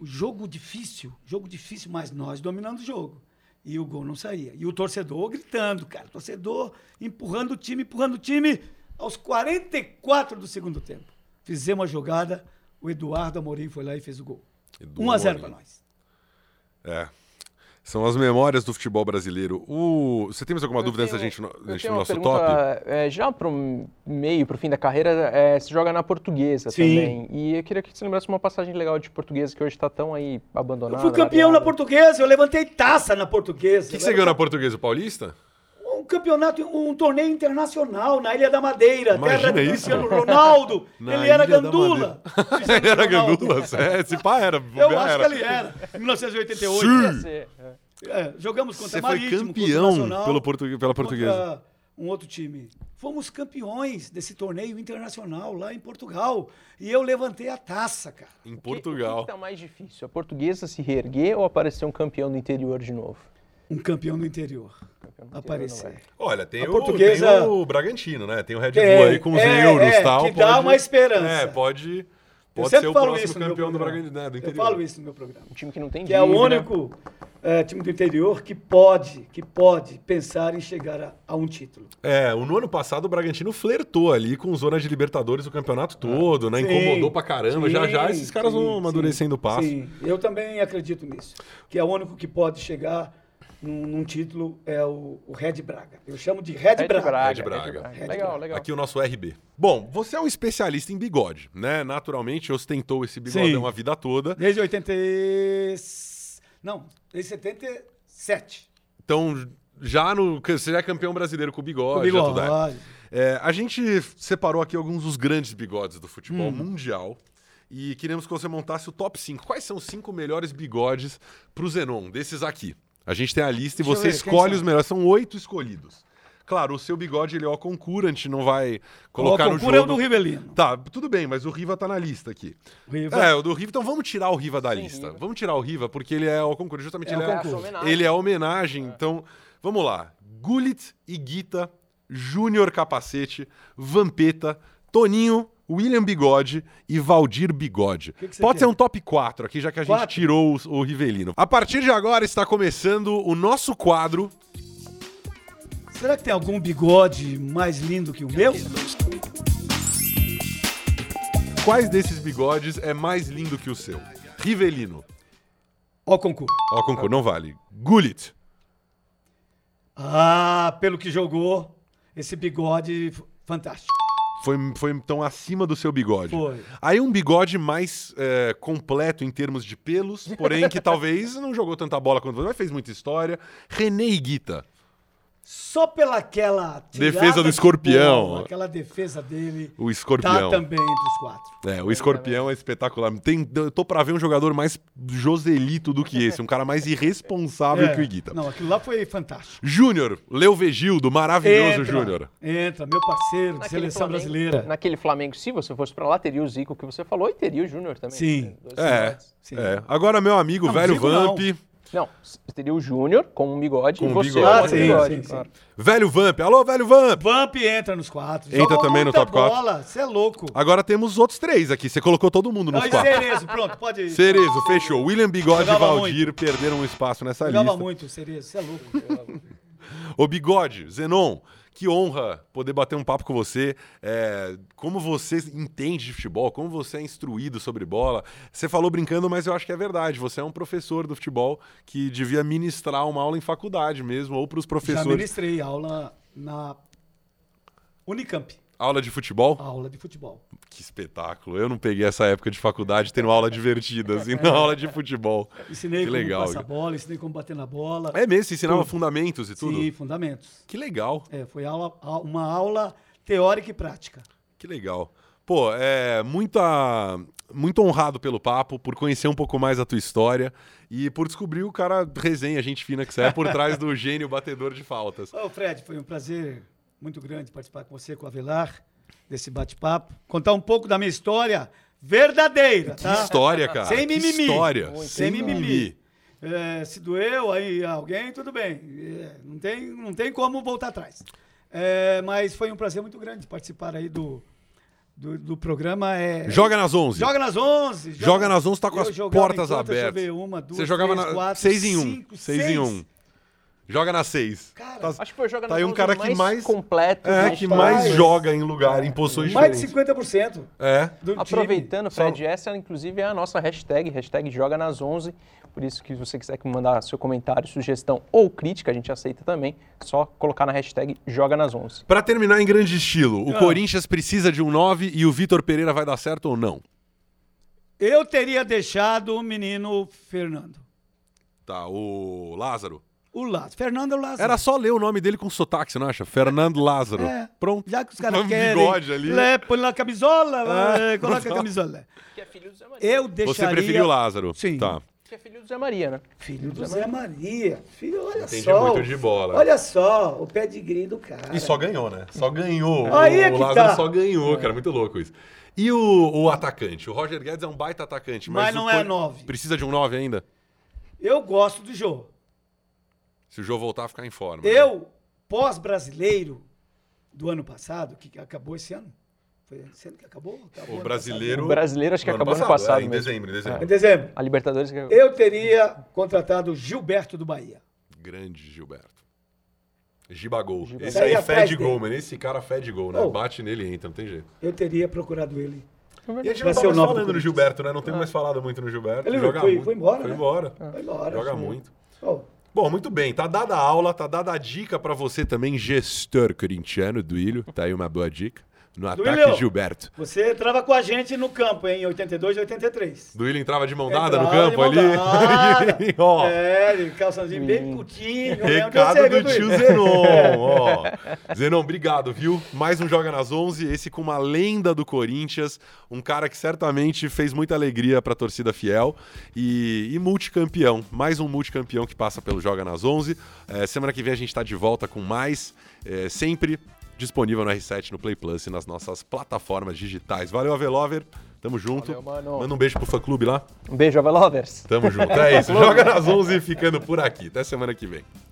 B: o jogo difícil, jogo difícil, mas nós dominando o jogo. E o gol não saía. E o torcedor gritando, cara. Torcedor empurrando o time, empurrando o time aos 44 do segundo tempo. Fizemos a jogada, o Eduardo Amorim foi lá e fez o gol.
A: Edu
B: 1 a 0 para
A: Amorim.
B: nós.
A: É. São as memórias do futebol brasileiro. O... Você tem mais alguma dúvida antes da gente, no...
C: Eu
A: antes
C: tenho
A: do
C: uma
A: nosso
C: pergunta,
A: top?
C: é, já para o meio, para o fim da carreira, é, você joga na portuguesa
B: Sim.
C: também. E eu queria que você lembrasse uma passagem legal de portuguesa que hoje está tão aí abandonada.
B: Eu fui campeão na
C: largada.
B: portuguesa, eu levantei taça na portuguesa.
A: O que, que você ganhou na portuguesa? O Paulista?
B: Um campeonato, um torneio internacional na Ilha da Madeira,
A: Imagina
B: terra do
A: isso.
B: Cristiano Ronaldo.
A: Na
B: ele era
A: Ilha da
B: gandula. Cristiano
A: Ele era é
B: Ronaldo.
A: gandula, sério? Esse pá era.
B: Eu acho que ele era. Em 1988.
A: Sim.
C: Você- é.
B: É, jogamos contra
A: Você foi
B: Marítimo, contra
A: campeão
B: Nacional,
A: pelo portu... pela portuguesa.
B: contra um outro time. Fomos campeões desse torneio internacional lá em Portugal. E eu levantei a taça, cara.
A: Em
C: O que- O que
A: Portugal.
B: então,
C: está mais difícil? A portuguesa se reerguer ou aparecer um campeão do interior de novo?
B: Um campeão do interior.
C: Campeão do interior não
B: Aparecer.
C: vai.
A: Olha, tem
B: A
A: o,
B: portuguesa-
A: tem o Bragantino, né? Tem o Red Bull
B: Tem,
A: aí com os
B: é,
A: euros e
B: é,
A: tal.
B: que dá uma esperança.
A: É, pode, pode
B: eu
A: ser o
B: sempre falo
A: próximo
B: isso no meu
A: campeão do
B: programa.
A: Bragantino. Né, do
B: eu
A: interior.
B: falo isso no meu programa.
C: Um time que não tem
B: Que é o
C: dívida.
B: único eh, time do interior que pode, que pode pensar em chegar a, a um título.
A: É, o- no ano passado o Bragantino flertou ali com zona de Libertadores o campeonato todo, né?
B: Ah, Sim,
A: Incomodou pra caramba. já já
B: sim,
A: esses caras
B: sim,
A: vão amadurecendo o passo.
B: Sim, eu também acredito nisso. Que é o único que pode chegar num, num título é o, o Red Braga. Eu chamo de Red,
C: Red
B: Braga.
C: É Braga.
A: Red É Braga.
B: Red
C: Legal,
B: Braga.
C: legal.
A: Aqui o nosso RB. Bom, você é um especialista em bigode, né? Naturalmente, ostentou esse bigodão
B: Sim.
A: a vida toda.
B: Desde 80 e... Não, desde 77.
A: Então, já no. Você já é campeão brasileiro com o bigode,
B: Comigo,
A: já tudo é.
B: olha.
A: É, a gente separou aqui alguns dos grandes bigodes do
B: Hum.
A: futebol mundial e queremos que você montasse o top 5. Quais são os cinco melhores bigodes pro Zenon, desses aqui? A gente tem a lista e
B: Deixa eu
A: você
B: ver, quem
A: escolhe
B: são?
A: os melhores. São oito escolhidos. Claro, o seu bigode ele é o concura, a gente não vai colocar no
B: Ó,
A: jogo.
B: procura o do Rivelino.
A: Tá, tudo bem, mas o Riva tá na lista aqui.
B: Riva.
A: É, o do Riva. Então vamos tirar o Riva da lista.
C: Riva.
A: Vamos tirar o Riva, porque ele é o concurso. Justamente
B: É
A: ele,
B: o
A: é,
B: concurso.
C: Homenagem.
A: ele é homenagem. Então, vamos lá. Gullit e Guita, Júnior Capacete, Vampeta, Toninho, William Bigode e Valdir Bigode.
B: Que que você
A: Pode ser
B: quer?
A: um top 4 aqui, já que a gente
B: Quatro?
A: tirou o, o Rivelino. A partir de agora está começando o nosso quadro.
B: Será que tem algum bigode mais lindo que o meu?
A: Quais desses bigodes é mais lindo que o seu? Rivelino.
B: Ó, concurso.
A: Ó, concurso, não vale. Gullit.
B: Ah, pelo que jogou, esse bigode f- fantástico.
A: Foi, foi então acima do seu bigode.
B: Foi.
A: Aí um bigode mais é, completo em termos de pelos, porém que talvez não jogou tanta bola quanto você, mas fez muita história. René e Guita.
B: Só pela aquela tirada
A: Defesa do
B: de
A: escorpião.
B: bola, aquela defesa dele.
A: O
B: Tá
A: escorpião.
B: também entre os quatro.
A: É, o escorpião é espetacular. Tem, eu tô pra ver um jogador mais joselito do que esse, um cara mais irresponsável
B: É,
A: que o Guita.
B: Não, aquilo lá foi fantástico.
A: Júnior, Leo Vegildo, maravilhoso Júnior.
B: Entra, meu parceiro de
C: Naquele
B: seleção
C: Flamengo-
B: brasileira.
C: Naquele Flamengo, se você fosse pra lá, teria o Zico que você falou e teria o Júnior também. né?
B: Sim.
C: Dois
A: É,
C: bigodes.
B: Sim.
A: é. Agora, meu amigo,
B: Não,
A: velho
B: digo não.
A: Vamp.
C: Não, s- teria o Júnior com um bigode
A: Com
C: e
A: um
C: você
A: bigode.
C: com
A: Ah,
C: um
A: sim,
C: bigode.
B: sim, sim.
C: claro.
A: Velho Vamp. Alô, velho Vamp.
B: Vamp entra nos quatro.
A: Entra também no top quatro.
B: quatro. Você é louco.
A: Agora temos outros três aqui. Você colocou todo mundo nos
B: Aí,
A: quatro.
B: Cerezo, pronto, pode ir.
A: Cerezo, fechou. William Bigode e
B: Jogava
A: Valdir perderam um espaço nessa
B: Jogava
A: lista.
B: muito, Cerezo, você é louco.
A: Ô Bigode, Zenon, que honra poder bater um papo com você. É, como você entende de futebol, como você é instruído sobre bola. Você falou brincando, mas eu acho que é verdade. Você é um professor do futebol que devia ministrar uma aula em faculdade mesmo, ou para os
B: Já
A: professores.
B: ministrei aula na Unicamp,
A: Aula de futebol?
B: aula de futebol.
A: Que espetáculo. Eu não peguei essa época de faculdade tendo aula divertida, assim, na aula de futebol.
B: Ensinei
A: que
B: como
A: legal.
B: passar bola, ensinei como bater na bola.
A: É mesmo, você ensinava fundamentos e tudo?
B: Sim, fundamentos.
A: Que legal.
B: É, foi aula- a- uma aula teórica e prática.
A: Que legal. Pô, é muita, muito honrado pelo papo, por conhecer um pouco mais a tua história e por descobrir o cara resenha, gente fina que você é, por trás do gênio batedor de faltas.
B: Ô, Fred, foi um prazer muito grande participar com você, com o Avelar, desse bate-papo. Contar um pouco da minha história verdadeira,
A: Que
B: tá?
A: história, cara.
B: Sem
A: Que
B: mimimi.
A: história. Sem
B: Muito. Sem
A: mimimi.
B: mimimi. É, se doeu aí alguém, tudo bem. É, não, tem, não tem como voltar atrás. É, mas foi um prazer muito grande participar aí do, do, do programa é.
A: Joga nas 11.
B: Joga nas 11.
A: Joga nas 11, tá com
B: Eu
A: as
B: jogava
A: portas
B: enquanto eu
A: abertas.
B: joguei Uma, duas,
A: Você jogava
B: três,
A: na
B: quatro,
A: 6 em 1.
B: cinco,
A: 6 em 1. Joga na 6.
B: Cara,
C: Acho que foi jogando
A: Tá aí um cara que
C: mais,
A: mais-
C: completo.
A: É,
C: mais
A: que
C: top.
A: mais
B: Rapaz.
A: joga em lugar, em posições
B: Mais de
A: diferentes.
B: 50%
A: É.
B: do time.
C: Aproveitando, Fred, essa inclusive é a nossa hashtag, hashtag joga nas 11. Por isso que se você quiser que mandar seu comentário, sugestão ou crítica, a gente aceita também. Só colocar na hashtag joga nas 11.
A: Pra terminar em grande estilo,
B: Ah.
A: o Corinthians precisa de um 9 e o Vitor Pereira vai dar certo ou não?
B: Eu teria deixado o menino Fernando.
A: Tá, o Lázaro.
B: O Lázaro. Fernando é o Lázaro.
A: Era só ler o nome dele com sotaque, você não acha? Fernando Lázaro.
B: É.
A: Pronto.
B: Já que os caras
A: Um
B: querem.
A: bigode ali.
B: Lé, põe lá a camisola,
A: É.
B: é, coloca a camisola.
C: Que é filho do Zé Maria.
B: Eu deixaria.
A: Você preferiu o Lázaro.
B: Sim.
A: Tá.
C: Que é filho do Zé Maria, né?
D: Filho do Zé Maria. Filho, olha
A: Entende
D: só.
A: muito de bola.
D: Olha só, o pé de gri do cara.
A: E só ganhou, né? Só ganhou.
D: Aí é
A: o
D: que
A: Lázaro
D: tá.
A: só ganhou, cara. Muito louco isso. E o, o atacante? O Roger Guedes é um baita atacante, mas.
B: Mas
A: o
B: não é
A: Cor-
B: nove.
A: Precisa de um 9 ainda?
B: Eu gosto do jogo.
A: Se o Jô voltar, ficar em forma. né?
B: Eu, pós-brasileiro do ano passado, que acabou esse ano. Foi esse ano que acabou?
A: O
B: Acabou ano
A: brasileiro.
C: O brasileiro acho que
A: No
C: acabou no passado
A: é, em
C: mesmo.
A: dezembro, em
B: passado. Em
A: dezembro.
B: dezembro.
C: A Libertadores que
B: Eu teria contratado o Gilberto do Bahia.
C: É.
A: Grande Gilberto. Gibagol.
C: Gibagol.
A: Esse aí
D: Saía atrás
A: fede
D: dele.
A: gol, mano. Esse cara fede gol, né?
D: Oh.
A: Bate nele e entra, não tem jeito.
B: Eu teria procurado ele.
A: E a gente
B: Pra
A: não tá
B: ser o
A: mais
B: nove do
A: falando no
B: Corinthians.
A: Gilberto, né? Não temos mais falado muito no Gilberto.
D: Ele foi- foi embora,
A: Foi
D: né?
A: embora.
B: É,
D: Vai embora.
A: Joga
B: né?
A: muito.
D: Ó,
A: Bom, muito bem. Tá dada a aula, tá dada a dica pra você também, gestor corintiano, Duílio. Tá aí uma boa dica. No ataque,
B: Duílio!
A: Gilberto.
B: Você entrava com a gente no campo, hein? 82 e 83.
A: Duílio entrava de mão dada no
B: Entrava de
A: campo ali.
B: maldade.
A: Ó,
B: É, ele calçãozinho bem curtinho. né? Onde
A: Recado
B: você
A: do
B: viu
A: tio
B: isso?
A: Zenon, ó. Zenon, obrigado, viu? Mais um Joga nas 11, esse com uma lenda do Corinthians, um cara que certamente fez muita alegria pra torcida fiel e, e multicampeão, mais um multicampeão que passa pelo Joga nas 11. É, semana que vem a gente tá de volta com mais, é, sempre disponível no R7, no Play Plus e nas nossas plataformas digitais. Valeu, Avelover, tamo junto.
C: Valeu, mano.
A: Manda um beijo pro fã-clube lá.
C: Um beijo, Avelovers.
A: Tamo junto, é isso. Joga nas 11 ficando por aqui. Até semana que vem.